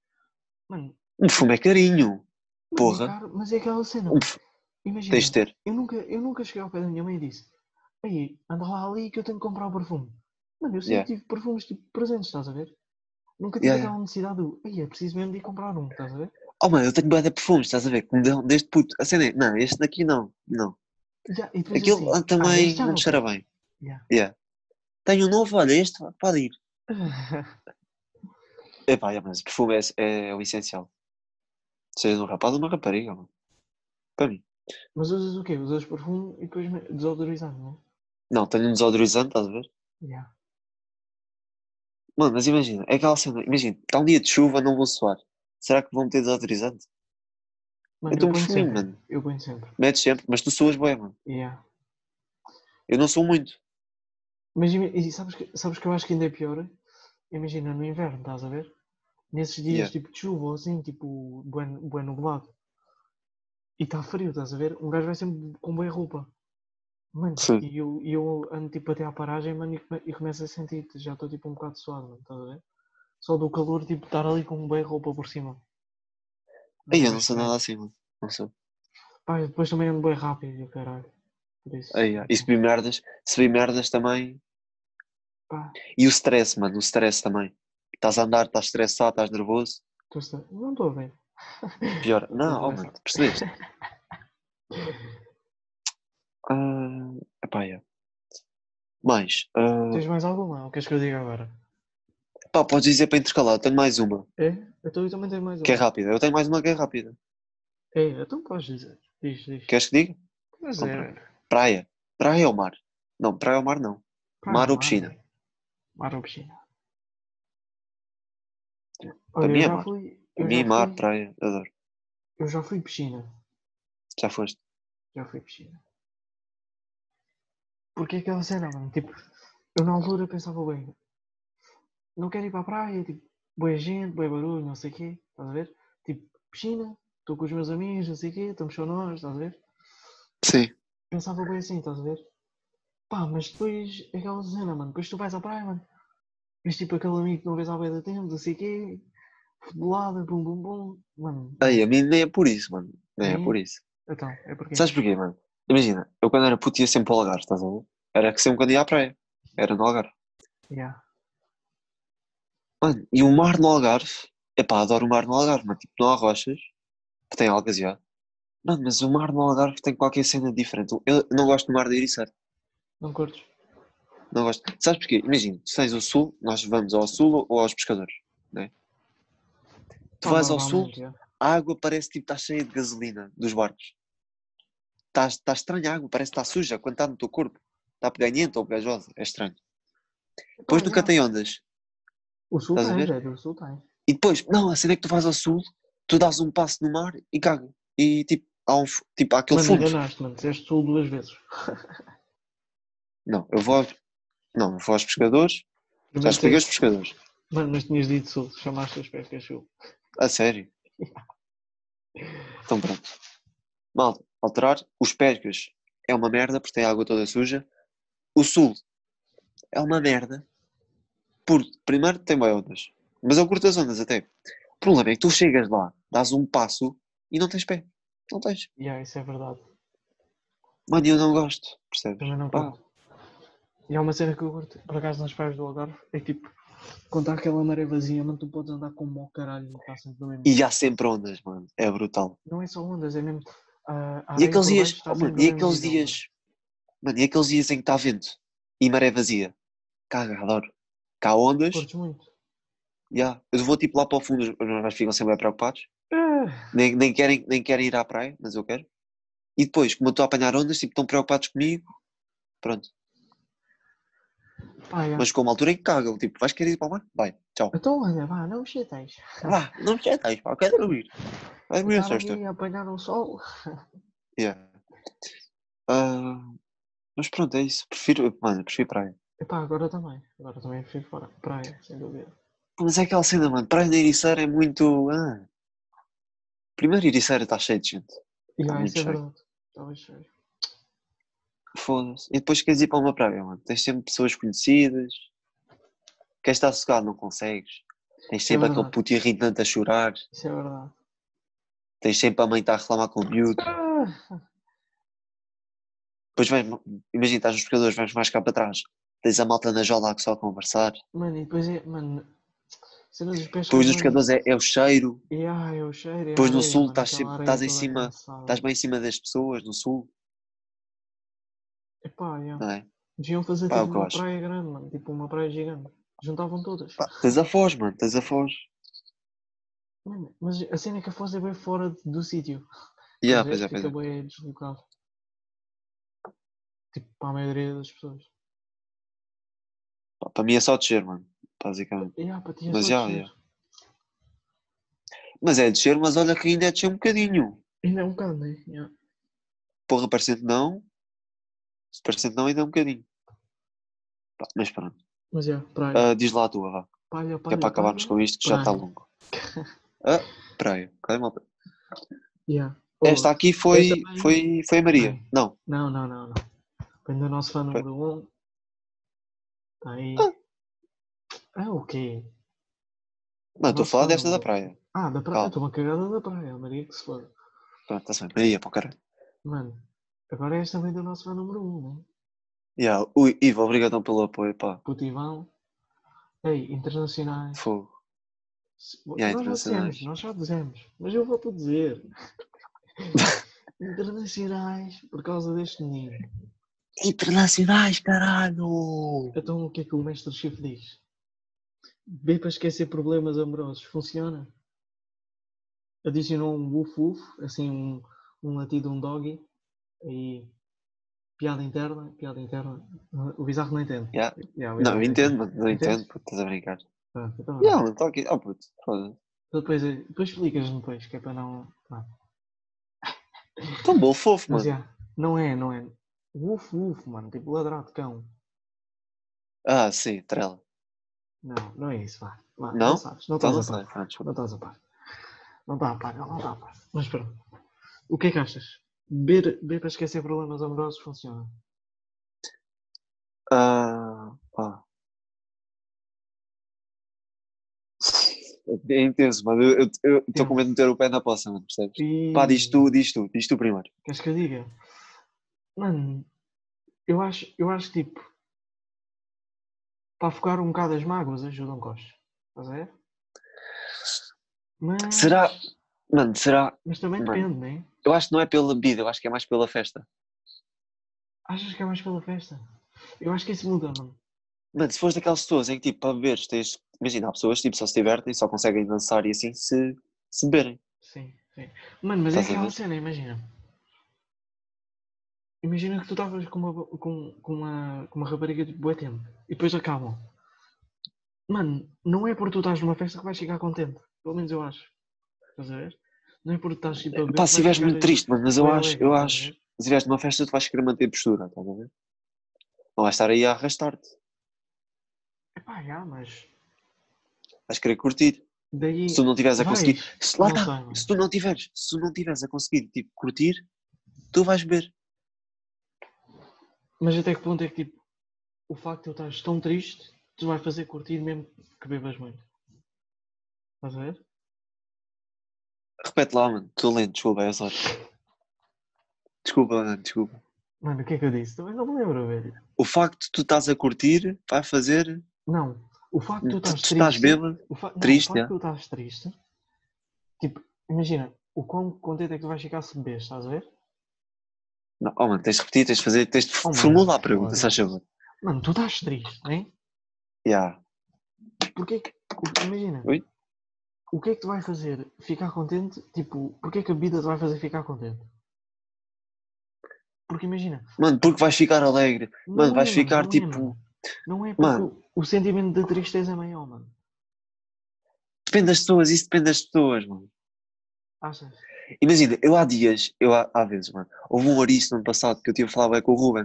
S2: Mano,
S1: Um perfume é carinho.
S2: mas
S1: Porra.
S2: É caro, mas é aquela cena.
S1: Um perfume
S2: Imagina,
S1: tens de ter.
S2: eu, nunca, eu nunca cheguei ao pé da minha mãe e disse: Aí, anda lá ali que eu tenho que comprar o perfume. Mano, eu sempre
S1: Yeah.
S2: tive perfumes tipo presentes, estás a ver? Nunca tive
S1: Yeah,
S2: aquela necessidade do, aí é preciso mesmo de ir comprar um, estás a ver?
S1: Oh mano, eu tenho bué de perfumes, estás a ver? Que me dão desde puto. A cena é, não, este daqui não, não.
S2: Já, e depois
S1: Aquele
S2: assim,
S1: lá
S2: "Ah,
S1: também
S2: este já
S1: não me cheira bem.
S2: Yeah.
S1: Yeah. Tenho um novo, olha, este vá, pode ir.
S2: quero."
S1: Epá, yeah, mas perfume é, é o essencial. Seja de um rapaz ou de uma rapariga, mano. Para mim.
S2: Mas usas o quê? Usas perfume e depois me- desodorizante, não
S1: Não, tenho um desodorizante, estás a ver?
S2: é? Yeah.
S1: Mano, mas imagina, é aquela cena, imagina, está um dia de chuva, não vou suar. Será que vão meter desodorizante?
S2: Mano,
S1: eu estou um
S2: ponho
S1: perfuminho,
S2: sempre.
S1: mano.
S2: Eu ponho sempre.
S1: Metes sempre, mas tu suas bem, mano.
S2: Yeah.
S1: Eu não sou muito.
S2: Mas ima- e sabes que, sabes que eu acho que ainda é pior? Imagina no inverno, estás a ver? Nesses dias
S1: Yeah.
S2: tipo de chuva ou assim, tipo, buen, buen nublado. E está frio, estás a ver? Um gajo vai sempre com boa roupa. Mano,
S1: Sim.
S2: e eu, e eu ando tipo até à paragem, mano, e, come, e começo a sentir, já estou tipo um bocado suado, mano, estás a ver? Só do calor, tipo, estar ali com boa roupa por cima.
S1: Aí eu não
S2: Mas,
S1: sou
S2: pá,
S1: nada assim, mano. Não sou.
S2: é. Pá, e depois também ando bem rápido, e o caralho. Por isso,
S1: Aí, ah, e se vi merdas, se vi merdas também.
S2: pá,
S1: E o stress, mano, o stress também. Estás a andar, estás estressado, estás nervoso.
S2: tô esta- não estou bem.
S1: Pior. Não,
S2: Não é assim.
S1: oh, mano, percebeste? Ah, epá, yeah. Mais. ah,
S2: Tens mais alguma? O que és que eu diga agora?
S1: pá, podes dizer para intercalar, eu tenho mais uma,
S2: É? Então eu também tenho mais
S1: que é
S2: uma.
S1: rápida. Eu tenho mais uma que é rápida.
S2: É, então podes dizer. Diz, diz.
S1: Queres que é diga?
S2: Mas
S1: Então,
S2: é,
S1: Praia. Praia ou mar? Não, praia ou mar não.
S2: pá,
S1: Mar ou piscina?
S2: Mar ou piscina.
S1: Para mim
S2: eu
S1: é
S2: já
S1: mar.
S2: fui.
S1: Para
S2: Eu
S1: mim,
S2: já,
S1: mar,
S2: fui
S1: praia, adoro.
S2: eu já fui piscina.
S1: Já foste.
S2: Já fui piscina. Porque é aquela cena, mano? Tipo, eu na altura pensava bem. Não quero ir para a praia, tipo, boa gente, boa barulho, não sei o quê. Estás a ver? Tipo, piscina, estou com os meus amigos, não sei o quê, estamos só nós, estás a ver?
S1: Sim.
S2: pensava bem assim, estás a ver? Pá, mas depois é aquela cena, mano. Depois tu vais à praia, mano. Vês tipo aquele amigo que não vês há bem de tempo, não sei o quê. Futebolada, bum bum bum. Mano,
S1: Aí, a mim nem é por isso, mano. Nem é
S2: Hum.
S1: por isso.
S2: então, é porque.
S1: Sabes porquê, mano? Imagina, eu quando era puto ia sempre para o Algarve, estás a ver? Era que sempre quando ia à praia. Era no Algarve.
S2: Yeah.
S1: Mano, e o mar no Algarve, epá, adoro o mar no Algarve, mano. Tipo, não há rochas, que tem algas já. Mano, mas o mar no Algarve tem qualquer cena diferente. Eu não gosto do mar de Iriçar.
S2: Não curtes?
S1: Não gosto. Sabes porquê? Imagina, tu tens o sul, nós vamos ao sul ou aos pescadores, né? Tu
S2: Pá,
S1: vais ao sul,
S2: normalmente, yeah.
S1: a água parece tipo está cheia de gasolina dos barcos. Está está estranha a água, parece que está suja quando está no teu corpo. Tá Está peganhenta ou pegajosa, é estranho. Depois
S2: Pá,
S1: nunca
S2: yeah.
S1: tem ondas.
S2: é. O sul
S1: estás a
S2: tem,
S1: ver?
S2: velho. O sul tem.
S1: E depois, não, a cena é que tu vais ao sul, tu dás um passo no mar e caga. E tipo, há, um, fu- tipo, há aquele
S2: Mano,
S1: fundo.
S2: enganaste, mano. Dizeste sul duas vezes.
S1: Não, eu vou, aos- não, eu vou aos pescadores, já
S2: Primeiro
S1: expliquei os
S2: disseste-
S1: pescadores.
S2: Mano, mas tinhas dito sul. Chamaste as pescas sul.
S1: A sério. Então pronto. Malta, alterar. Os pescas é uma merda porque tem a água toda suja. O sul é uma merda porque, primeiro, tem bem ondas. Mas eu curto as ondas até. O problema é que tu chegas lá, dás um passo e não tens pé. Não tens.
S2: Yeah, isso é verdade.
S1: Mano, eu não gosto. Percebes?
S2: Também não
S1: Pá.
S2: curto. E há uma cena que eu curto, por acaso, nas praias do Algarve, é tipo, quando há aquela maré é vazia, mano, tu podes andar como ao caralho, está sempre no mesmo.
S1: E há sempre ondas, mano. É brutal.
S2: Não é só ondas, é mesmo. ah, a
S1: E
S2: areia
S1: aqueles
S2: por
S1: dias.
S2: baixo tá
S1: oh, mano,
S2: sempre
S1: e
S2: no mesmo
S1: aqueles
S2: nível,
S1: dias. Mano, e aqueles dias em que está vento e maré vazia. Caga, adoro. Cá
S2: mano.
S1: ondas.
S2: Curtes muito.
S1: Ya, Eu vou tipo lá para o fundo, os meus pais ficam sempre bem preocupados.
S2: Ah,
S1: Nem, nem, querem, nem querem ir à praia, mas eu quero. E depois, como eu estou a apanhar ondas, tipo, estão preocupados comigo. Pronto.
S2: pá, Ah, já.
S1: Mas com uma altura em que cagam, tipo, vais querer ir para o mar? Vai, tchau.
S2: Então olha, vá, não me chateis.
S1: Vá, não me chateis, pá, quero dormir. Vai dormir a
S2: Estava
S1: sexta.
S2: ali a apanhar um sol.
S1: Ya. Ah, mas pronto, é isso. Prefiro, mano, prefiro praia.
S2: Epá, agora também. Agora também fui fora. Praia, sem dúvida.
S1: Mas é aquela cena, mano, praia de Ericeira é muito. ah. Primeiro, Ericeira está cheio de gente.
S2: E
S1: Tá
S2: ah,
S1: muito
S2: isso é
S1: cheio.
S2: verdade. Talvez cheio.
S1: Foda-se. E depois queres ir para uma praia, mano. Tens sempre pessoas conhecidas. Queres estar sossegado, não consegues. Tens sempre aquele
S2: É verdade.
S1: puto irritante a chorar.
S2: Isso é verdade.
S1: Tens sempre a mãe que está a reclamar com o miúdo.
S2: Ah,
S1: Depois vais, imagina, estás nos pescadores, vais mais cá para trás. Tens a malta na jola que só a conversar.
S2: mano, e depois é. Mano. Cena dos pés.
S1: Depois dos pescadores é, é o cheiro.
S2: E ai, eu cheiro.
S1: Depois no sul estás sempre- estás em cima, Estás bem em cima das pessoas, no sul,
S2: Epá, já.
S1: não é?
S2: Deviam fazer
S1: Pá, o
S2: tipo
S1: que eu
S2: uma
S1: acho.
S2: praia grande, mano. Tipo uma praia gigante. Juntavam todas.
S1: Pá, tens a Foz, mano. Tens a Foz.
S2: Mano, mas a cena é que a Foz é bem fora de- do sítio.
S1: Ya,
S2: Estás a
S1: pois é,
S2: ver?
S1: pois
S2: Fica
S1: é.
S2: bem deslocado. Tipo, para a maioria das pessoas.
S1: Pá, Para mim é só descer, mano. Basicamente.
S2: E há, para ti é
S1: Mas
S2: só
S1: já,
S2: descer.
S1: Mas é descer, mas olha que ainda é descer um bocadinho.
S2: Ainda é um bocado, né? Yeah.
S1: Porra, parecendo não. Se parecendo não, ainda é um bocadinho. Pá, Pá, Mas pronto.
S2: Mas é, praia.
S1: Ah, diz lá a tua, vá.
S2: palha,
S1: Que é
S2: palha.
S1: para acabarmos
S2: palha.
S1: com isto que já está
S2: Praia.
S1: longo. Ah, praia. Ok, malta.
S2: Yeah.
S1: É Esta aqui foi,
S2: Eu também-
S1: foi, foi a Maria.
S2: Bem.
S1: Não,
S2: Não, não, não, não. Vem do nosso fã número 1. Um. Tá aí. Ah, o quê?
S1: não, estou a
S2: Nossa,
S1: falar desta
S2: não.
S1: da praia.
S2: Ah, da praia.
S1: Calma.
S2: Estou uma cagada da praia, Maria que se foda.
S1: Pronto, está-se bem. Maria, para o caralho.
S2: Mano, agora esta vem do nosso fã número 1, um, né?
S1: Yeah. Ui, Ivo, obrigadão pelo apoio, pá.
S2: Putivão. Ei, internacionais.
S1: Fogo.
S2: Se-
S1: Yeah,
S2: nós já
S1: internacionais.
S2: dizemos, nós já dizemos, mas eu volto a dizer. internacionais por causa deste menino.
S1: Internacionais, caralho!
S2: Então o que é que o mestre Chifre diz? B para esquecer problemas amorosos, funciona? Adicionou um uf uf, assim um, um latido, um doggy. Aí, piada interna, piada interna. O bizarro não entende.
S1: Yeah.
S2: Yeah, o
S1: Não,
S2: Bizarro
S1: eu entendo, mano. Não
S2: Entendes?
S1: entendo, puto, estás a brincar.
S2: Pronto, então,
S1: Não, não estou aqui. Ah, puto, foda-se.
S2: Depois, eh, depois explicas-me depois, que é para não. pá,
S1: Tão bom, fofo,
S2: Mas
S1: mano.
S2: já, não é, não é. Uf, uf, mano, tipo ladrar de cão.
S1: Ah, sim, trela.
S2: Não, não é isso, vá. Vá,
S1: Não?
S2: sabes, não
S1: Então não
S2: estás a
S1: sei.
S2: par.
S1: Pronto, desculpa.
S2: Não estás a par. Não está a par, não está a par. Mas pronto. O que é que achas? Beber, beber para esquecer problemas amorosos funciona. é?
S1: Ah, pá. É intenso, mano. Eu- Eu estou com medo de meter o pé na poça, mano, percebes?
S2: E...
S1: Pá, diz tu, diz tu, diz tu primeiro.
S2: Queres que eu diga? Mano, eu acho, eu acho tipo. Para focar um bocado as mágoas, ajuda um coche. Estás a ver? Mas,
S1: Será? Mano, será?
S2: mas também
S1: Mano.
S2: depende, não é?
S1: Eu acho que não é pela bebida, eu acho que é mais pela festa.
S2: Achas que é mais pela festa? Eu acho que isso muda, mano.
S1: Mano, se fores daquelas pessoas em que, tipo, para beberes, tens... Imagina, há pessoas, tipo, só se divertem, só conseguem dançar e assim se, se beberem.
S2: Sim, sim. Mano, mas é
S1: Estás a
S2: aquela
S1: ver?
S2: cena, imagina. Imagina que tu estavas com uma, com, com uma, com uma rapariga de bué tempo e depois acabam. Mano, não é por tu estás numa festa que vais ficar contente. Pelo menos eu acho. Estás a ver? Não é por tu estás tipo, a beber
S1: Pá,
S2: que
S1: se estiveres
S2: vais ficar
S1: muito triste, mano, mas eu
S2: bué
S1: acho,
S2: alegre,
S1: eu
S2: estás a
S1: acho,
S2: ver?
S1: se estiveres numa festa, tu vais querer manter a postura, estás a ver? Não vais estar aí a arrastar-te,
S2: Epá, já, mas
S1: vais querer curtir.
S2: daí.
S1: Se tu não estiveres a
S2: vais.
S1: conseguir, se, lá
S2: Não
S1: está,
S2: sei, mano.
S1: se tu não tiveres, se tu não tiveres a conseguir, tipo, curtir, tu vais beber.
S2: Mas até que ponto é que tipo, o facto de eu estás tão triste te vai fazer curtir mesmo que bebas muito? Estás a ver?
S1: Repete lá, mano, estou lento, desculpa, é só. Desculpa, mano, desculpa.
S2: Mano, o que é que eu disse? Também não me lembro, velho.
S1: O facto de tu estás a curtir vai fazer.
S2: Não, o facto de tu
S1: Tu,
S2: estás
S1: tu
S2: triste.
S1: estás bêbado.
S2: o fa- não,
S1: triste,
S2: o facto
S1: é.
S2: de tu estás triste. Tipo, imagina, o quão contente é que tu vais ficar se bebes, estás a ver?
S1: Não, oh, mano, tens de repetir, tens de fazer, tens de
S2: Oh, mano,
S1: formular a pergunta,
S2: foda-se.
S1: se achas?
S2: Mano, tu estás triste, não é?
S1: Yeah.
S2: Porquê que. o- Imagina.
S1: Oi?
S2: O que é que tu vai fazer ficar contente? Tipo, porquê que a bebida te vai fazer ficar contente? Porque imagina.
S1: Mano, porque vais ficar alegre.
S2: Não
S1: Mano, vais
S2: é,
S1: ficar
S2: não é,
S1: tipo.
S2: mano. não é porque
S1: Mano.
S2: o, o sentimento de tristeza é maior, mano.
S1: Depende das pessoas, isso depende das pessoas, mano.
S2: Achas?
S1: Imagina, eu há dias, eu há, há vezes, mano, houve um Ouriço no ano passado que eu tive a falar bem com o Ruben.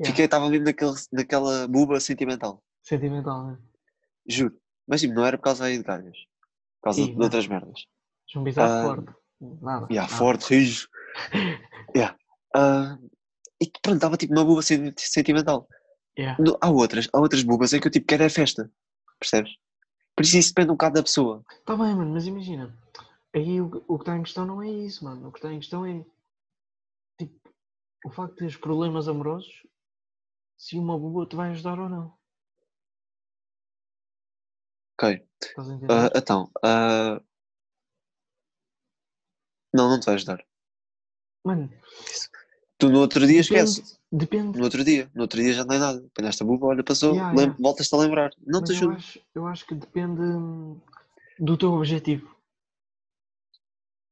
S2: Yeah.
S1: Fiquei, estava mesmo naquele, naquela buba sentimental,
S2: Sentimental, né?
S1: juro. Mas tipo, não era por causa aí de galhas, por causa
S2: Ih,
S1: de
S2: não. Ah.
S1: outras merdas.
S2: És um bizarro
S1: Ah,
S2: forte. Nada.
S1: E yeah,
S2: nada.
S1: forte, rijo. yeah. Ah, e que, pronto, estava tipo uma buba sen- sentimental.
S2: Yeah.
S1: No- há outras, há outras bubas em que eu tipo quero é festa, percebes? Por isso isso depende um bocado da pessoa.
S2: Tá bem, mano, mas imagina. Aí o, que- o que está em questão não é isso, mano. O que está em questão é. Tipo, o facto de teres problemas amorosos, se uma boa te vai ajudar ou não.
S1: Ok.
S2: Estás a entender?
S1: Ah, então. ah, Não, não te vai ajudar.
S2: mano,
S1: Tu no outro dia
S2: Depende.
S1: esqueces.
S2: depende.
S1: No outro dia, no outro dia já não é nada. Apanhaste a buba, olha, passou,
S2: Yeah,
S1: lem-
S2: yeah.
S1: voltas-te a lembrar. Não
S2: mas
S1: te
S2: eu,
S1: ajuda.
S2: acho, eu acho que depende hum, do teu objetivo.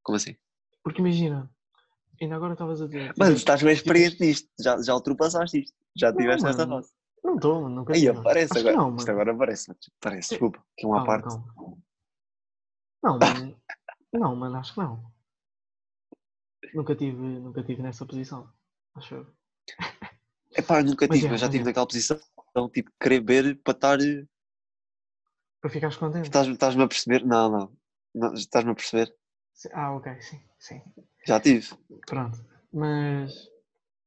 S1: Como assim?
S2: Porque imagina, ainda agora estavas a dizer.
S1: Mano,
S2: tiveste-
S1: estás bem experiente
S2: tiveste-
S1: nisto. Já, já ultrapassaste isto. Já tiveste esta
S2: Tipo mano,
S1: fase.
S2: Não estou, mano, nunca
S1: Aí,
S2: tive.
S1: aparece
S2: Acho que
S1: agora.
S2: Não,
S1: isto
S2: mano.
S1: agora aparece. mano. Parece,
S2: Sim.
S1: desculpa. Aqui uma
S2: Calma,
S1: parte.
S2: calma. então. Não, mano. não, mano, acho que não. Nunca tive, nunca tive nessa posição. Acho eu.
S1: Epá, eu nunca
S2: Mas
S1: tive,
S2: é,
S1: mas já
S2: mas
S1: estive
S2: é.
S1: naquela posição. Então, tipo, querer beber para estar. eh,
S2: Para ficares contente.
S1: Estás-me estás-me a perceber? Não, não. Não, Estás-me a perceber?
S2: Sim, Ah, ok, sim, sim.
S1: Já tive.
S2: Pronto. Mas,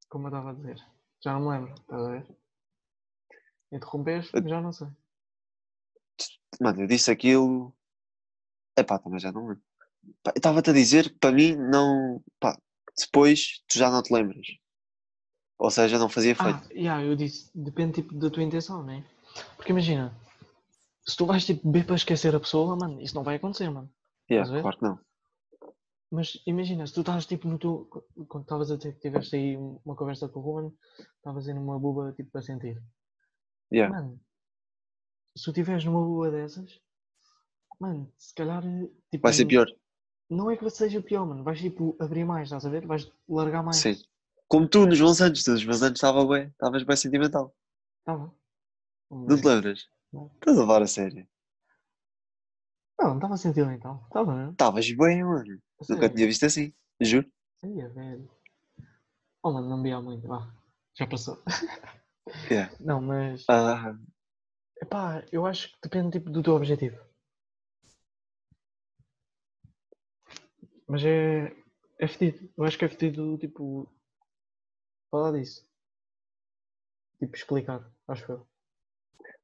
S2: como eu estava a dizer, já não me lembro, estás a ver? Interrompeste, mas já não sei.
S1: Mano, eu disse aquilo. Epá, também já não lembro. Pá, eu estava-te a dizer que para mim não. Pá, depois tu já não te lembras. Ou seja, não fazia efeito.
S2: Ah, yeah, eu disse, depende tipo da tua intenção, né? Porque imagina, se tu vais tipo beber para esquecer a pessoa, mano, isso não vai acontecer, mano.
S1: Yeah,
S2: estás a ver?
S1: claro que não.
S2: Mas imagina, se tu estás tipo no teu. Quando estavas a ter que tiveste aí uma conversa com o Ruben, estavas aí numa buba tipo para sentir.
S1: Yeah.
S2: Mano, se tu estiveres numa buba dessas, mano, se calhar. Tipo,
S1: Vai ser pior.
S2: Não é que seja pior, mano, vais tipo abrir mais, estás a ver? Vais largar mais.
S1: Sim. Como tu nos meus anos, tu nos meus anos estava bem, estavas bem sentimental.
S2: Tá bom.
S1: Não te lembras?
S2: Não.
S1: Estás a levar a sério.
S2: Não, estava sentido então. Estava, não?
S1: Estavas bem, mano. Nunca tinha visto assim, juro.
S2: Ia, é velho. Oh, mano, não me há muito, vá. Já passou.
S1: Yeah.
S2: Não, mas.
S1: Ah,
S2: Epá, eu acho que depende tipo, do teu objetivo. Mas é. É fedido. Eu acho que é fedido, tipo. Falar disso. Tipo, explicar, acho eu.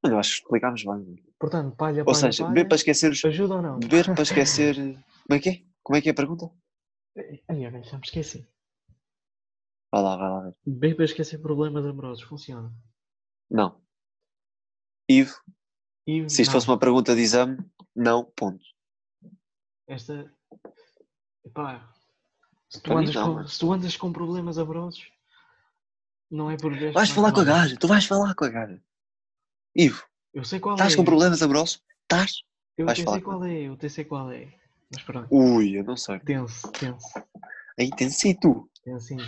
S1: mano, eu acho que explicámos bem. mano.
S2: Portanto, palha, palha,
S1: Ou seja,
S2: palha,
S1: beber para esquecer os.
S2: ajuda ou não?
S1: Beber para esquecer. Como é que é? Como é que é a pergunta?
S2: Ai, olha, já me esqueci.
S1: Vai lá, vai lá. ver.
S2: Beber para esquecer problemas amorosos, funciona.
S1: Não. Ivo,
S2: E,
S1: se isto
S2: não,
S1: fosse uma pergunta de exame, não, ponto.
S2: Esta... Epá, se tu,
S1: Para mim
S2: andas
S1: não,
S2: com,
S1: mano.
S2: se tu andas com problemas amorosos, não é por ver...
S1: Vais falar com a gaja, tu vais falar com a gaja. Ivo,
S2: Eu sei qual
S1: estás
S2: é.
S1: com problemas amorosos? Estás?
S2: Eu
S1: Vais
S2: até
S1: falar
S2: sei
S1: com
S2: qual é, eu até sei qual é. Mas pronto,
S1: Ui, eu não sei. É
S2: tenso, tenso,
S1: Aí tens e tu.
S2: tensinho.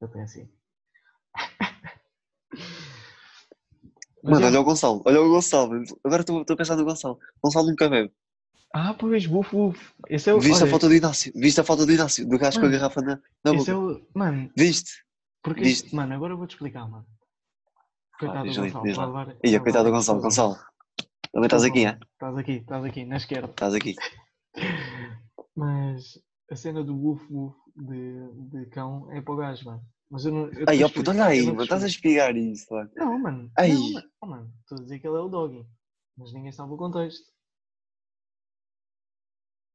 S2: Eu tensinho. Mas
S1: Mano,
S2: é-
S1: olha o Gonçalo, olha o Gonçalo. Agora estou estou a pensar no Gonçalo. Gonçalo nunca bebe.
S2: Ah, pois, bufo, bufo. Esse é o...
S1: Viste a
S2: olha,
S1: foto do Inácio? Viste a foto do Inácio? Do gajo com a
S2: Mano,
S1: garrafa na, na boca?
S2: Esse é o... Mano,
S1: Viste? Ah,
S2: porque...
S1: Diz-
S2: este- Mano, agora eu vou-te explicar, mano. Coitado do
S1: diz lá,
S2: Gonçalo.
S1: diz lá.
S2: vai levar-
S1: Ih,
S2: vai
S1: coitado do
S2: levar-
S1: Gonçalo. Gonçalo, também estás aqui, é?
S2: Estás aqui, estás aqui, na esquerda.
S1: Estás aqui.
S2: Mas a cena do woof woof de, de cão é para o gajo, mano. Mas eu não. Eu
S1: Ai,
S2: te
S1: ó
S2: explico,
S1: puto, olha aí,
S2: eu não te
S1: mano. Estás a
S2: explico.
S1: espigar isso, mano.
S2: Não, mano.
S1: Ai.
S2: Não, mano. Oh, mano, Estou a dizer que ele é o doggy. Mas ninguém sabe o contexto.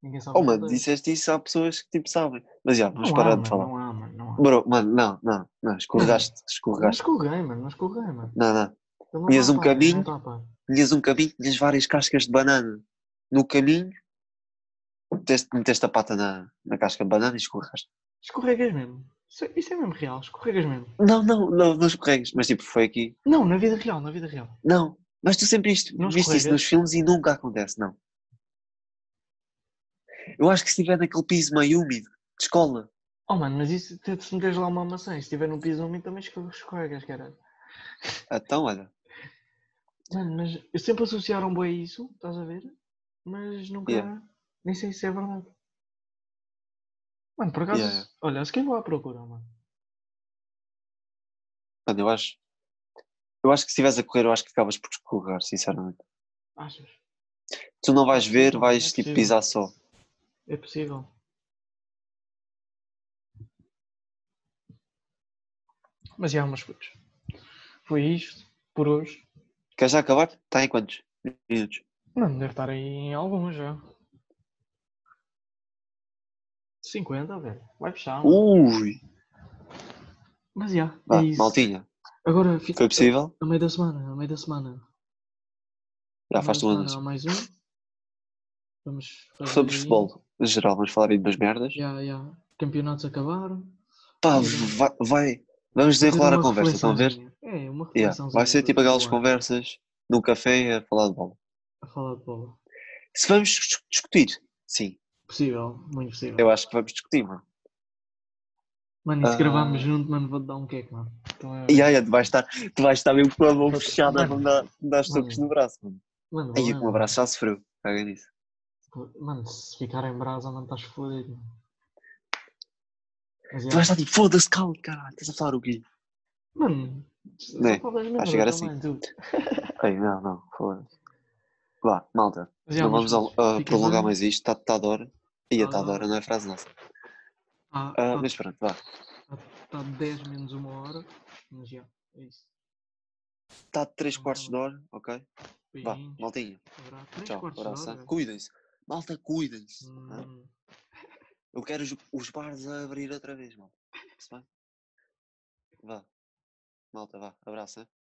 S2: Ninguém sabe
S1: Oh,
S2: o
S1: mano,
S2: contexto.
S1: disseste isso, há pessoas que tipo sabem. Mas já, vamos
S2: não
S1: parar
S2: há,
S1: de
S2: mano,
S1: falar.
S2: Não há, mano. Não há.
S1: Bro, mano, não, não, não, escorregaste,
S2: Não
S1: escorregaste.
S2: escorreguei, mano. Não escorreguei, mano.
S1: Não, não.
S2: Ele não
S1: Tinhas
S2: tá
S1: um
S2: a par, ele
S1: caminho.
S2: não tá a par.
S1: Tinhas um caminho, tinhas várias cascas de banana no caminho, meteste, meteste a pata na, na casca de banana e escorregaste.
S2: Escorregas mesmo. Isso, isso é mesmo real. Escorregas mesmo.
S1: Não, não, não, não escorregas, mas tipo, foi aqui.
S2: Não, na vida real, na vida real.
S1: Não, mas tu sempre isto,
S2: Não
S1: viste isso
S2: escorregas?
S1: nos filmes e nunca acontece, não. Eu acho que se estiver naquele piso meio úmido, de escola,
S2: Oh, mano, mas isso, até se meteres lá uma maçã e se estiver num piso úmido também escorre- escorregas, caralho.
S1: então olha,
S2: Mano, mas eu sempre associaram bem a isso, estás a ver? Mas nunca.
S1: Yeah.
S2: Nem sei se é verdade. Mano, por acaso.
S1: Yeah, yeah.
S2: Olha, se quem vou à procura, mano.
S1: mano, eu acho. Eu acho que se estivesse a correr, eu acho que acabas por escorregar, sinceramente.
S2: Achas?
S1: Tu não vais ver,
S2: Não,
S1: vais
S2: não é
S1: tipo
S2: possível.
S1: pisar só.
S2: É possível. Mas já, umas coisas. Foi isto por hoje.
S1: Queres já acabar? Está em quantos minutos?
S2: Mano, deve estar aí em algumas já. 50, velho. Vai fechar. mano.
S1: Ui!
S2: Mas já,
S1: Uh, Vá,
S2: é isso.
S1: maltinha,
S2: Agora fica
S1: foi possível?
S2: a meio da semana, a meio da semana.
S1: Já faz
S2: Vamos
S1: um
S2: lá,
S1: anúncio.
S2: Mais um. Vamos fazer
S1: Sobre
S2: aí.
S1: futebol, em geral, vamos falar aí de umas merdas.
S2: Já, já. Campeonatos acabaram.
S1: Pá,
S2: Yeah.
S1: vai, vai- Vamos desenrolar a
S2: Fazer uma
S1: conversa, estão a ver?
S2: reflexãozinha. É, uma
S1: Yeah,
S2: reflexão.
S1: Vai ser tipo aquelas conversas no café a falar de bola.
S2: A falar de bola.
S1: Se vamos dis- discutir, sim,
S2: Possível, muito possível.
S1: eu acho que vamos discutir, mano.
S2: Mano, e se
S1: Ah.
S2: gravarmos junto, mano, vou-te dar um queque, mano. Então é-
S1: E aí, tu vais estar, tu vais estar mesmo com a mão fechada a
S2: Mano.
S1: mandar, mandar os socos
S2: Mano.
S1: no braço, mano.
S2: Mano, vou
S1: Aí,
S2: mesmo.
S1: com um abraço já sofreu, caga nisso.
S2: Mano, se ficar em brasa, mano, estás fodido. mano. Mas,
S1: Tu
S2: já.
S1: vais estar tipo, foda-se, calma, caralho, estás a falar o quê?
S2: Mano,
S1: Né?
S2: Só falas merda
S1: a chegar assim.
S2: também, tu.
S1: Ei, não, não, foda-se. Vá, malta,
S2: Mas, já,
S1: não
S2: mas
S1: vamos al- a
S2: fica
S1: prolongar
S2: bem.
S1: mais isto, está tá da hora. Ia, está
S2: Ah.
S1: da hora, não é frase nossa.
S2: Ah,
S1: Ah,
S2: tá-
S1: mas pronto, vá.
S2: Está 10 menos uma hora, mas já, é isso.
S1: Está
S2: Ah.
S1: 3 quartos Tá de hora, ok? Vá,
S2: Beijinhos.
S1: maltinha.
S2: Haverá três
S1: Tchau,
S2: quartos de
S1: abraço.
S2: hora.
S1: ah. Cuidem-se. Malta, cuidem-se. ah.
S2: Hum,
S1: Eu quero os, os bares a abrir outra vez, Tá malta. Se bem? Vá. Malta, vá. Abraço. ah.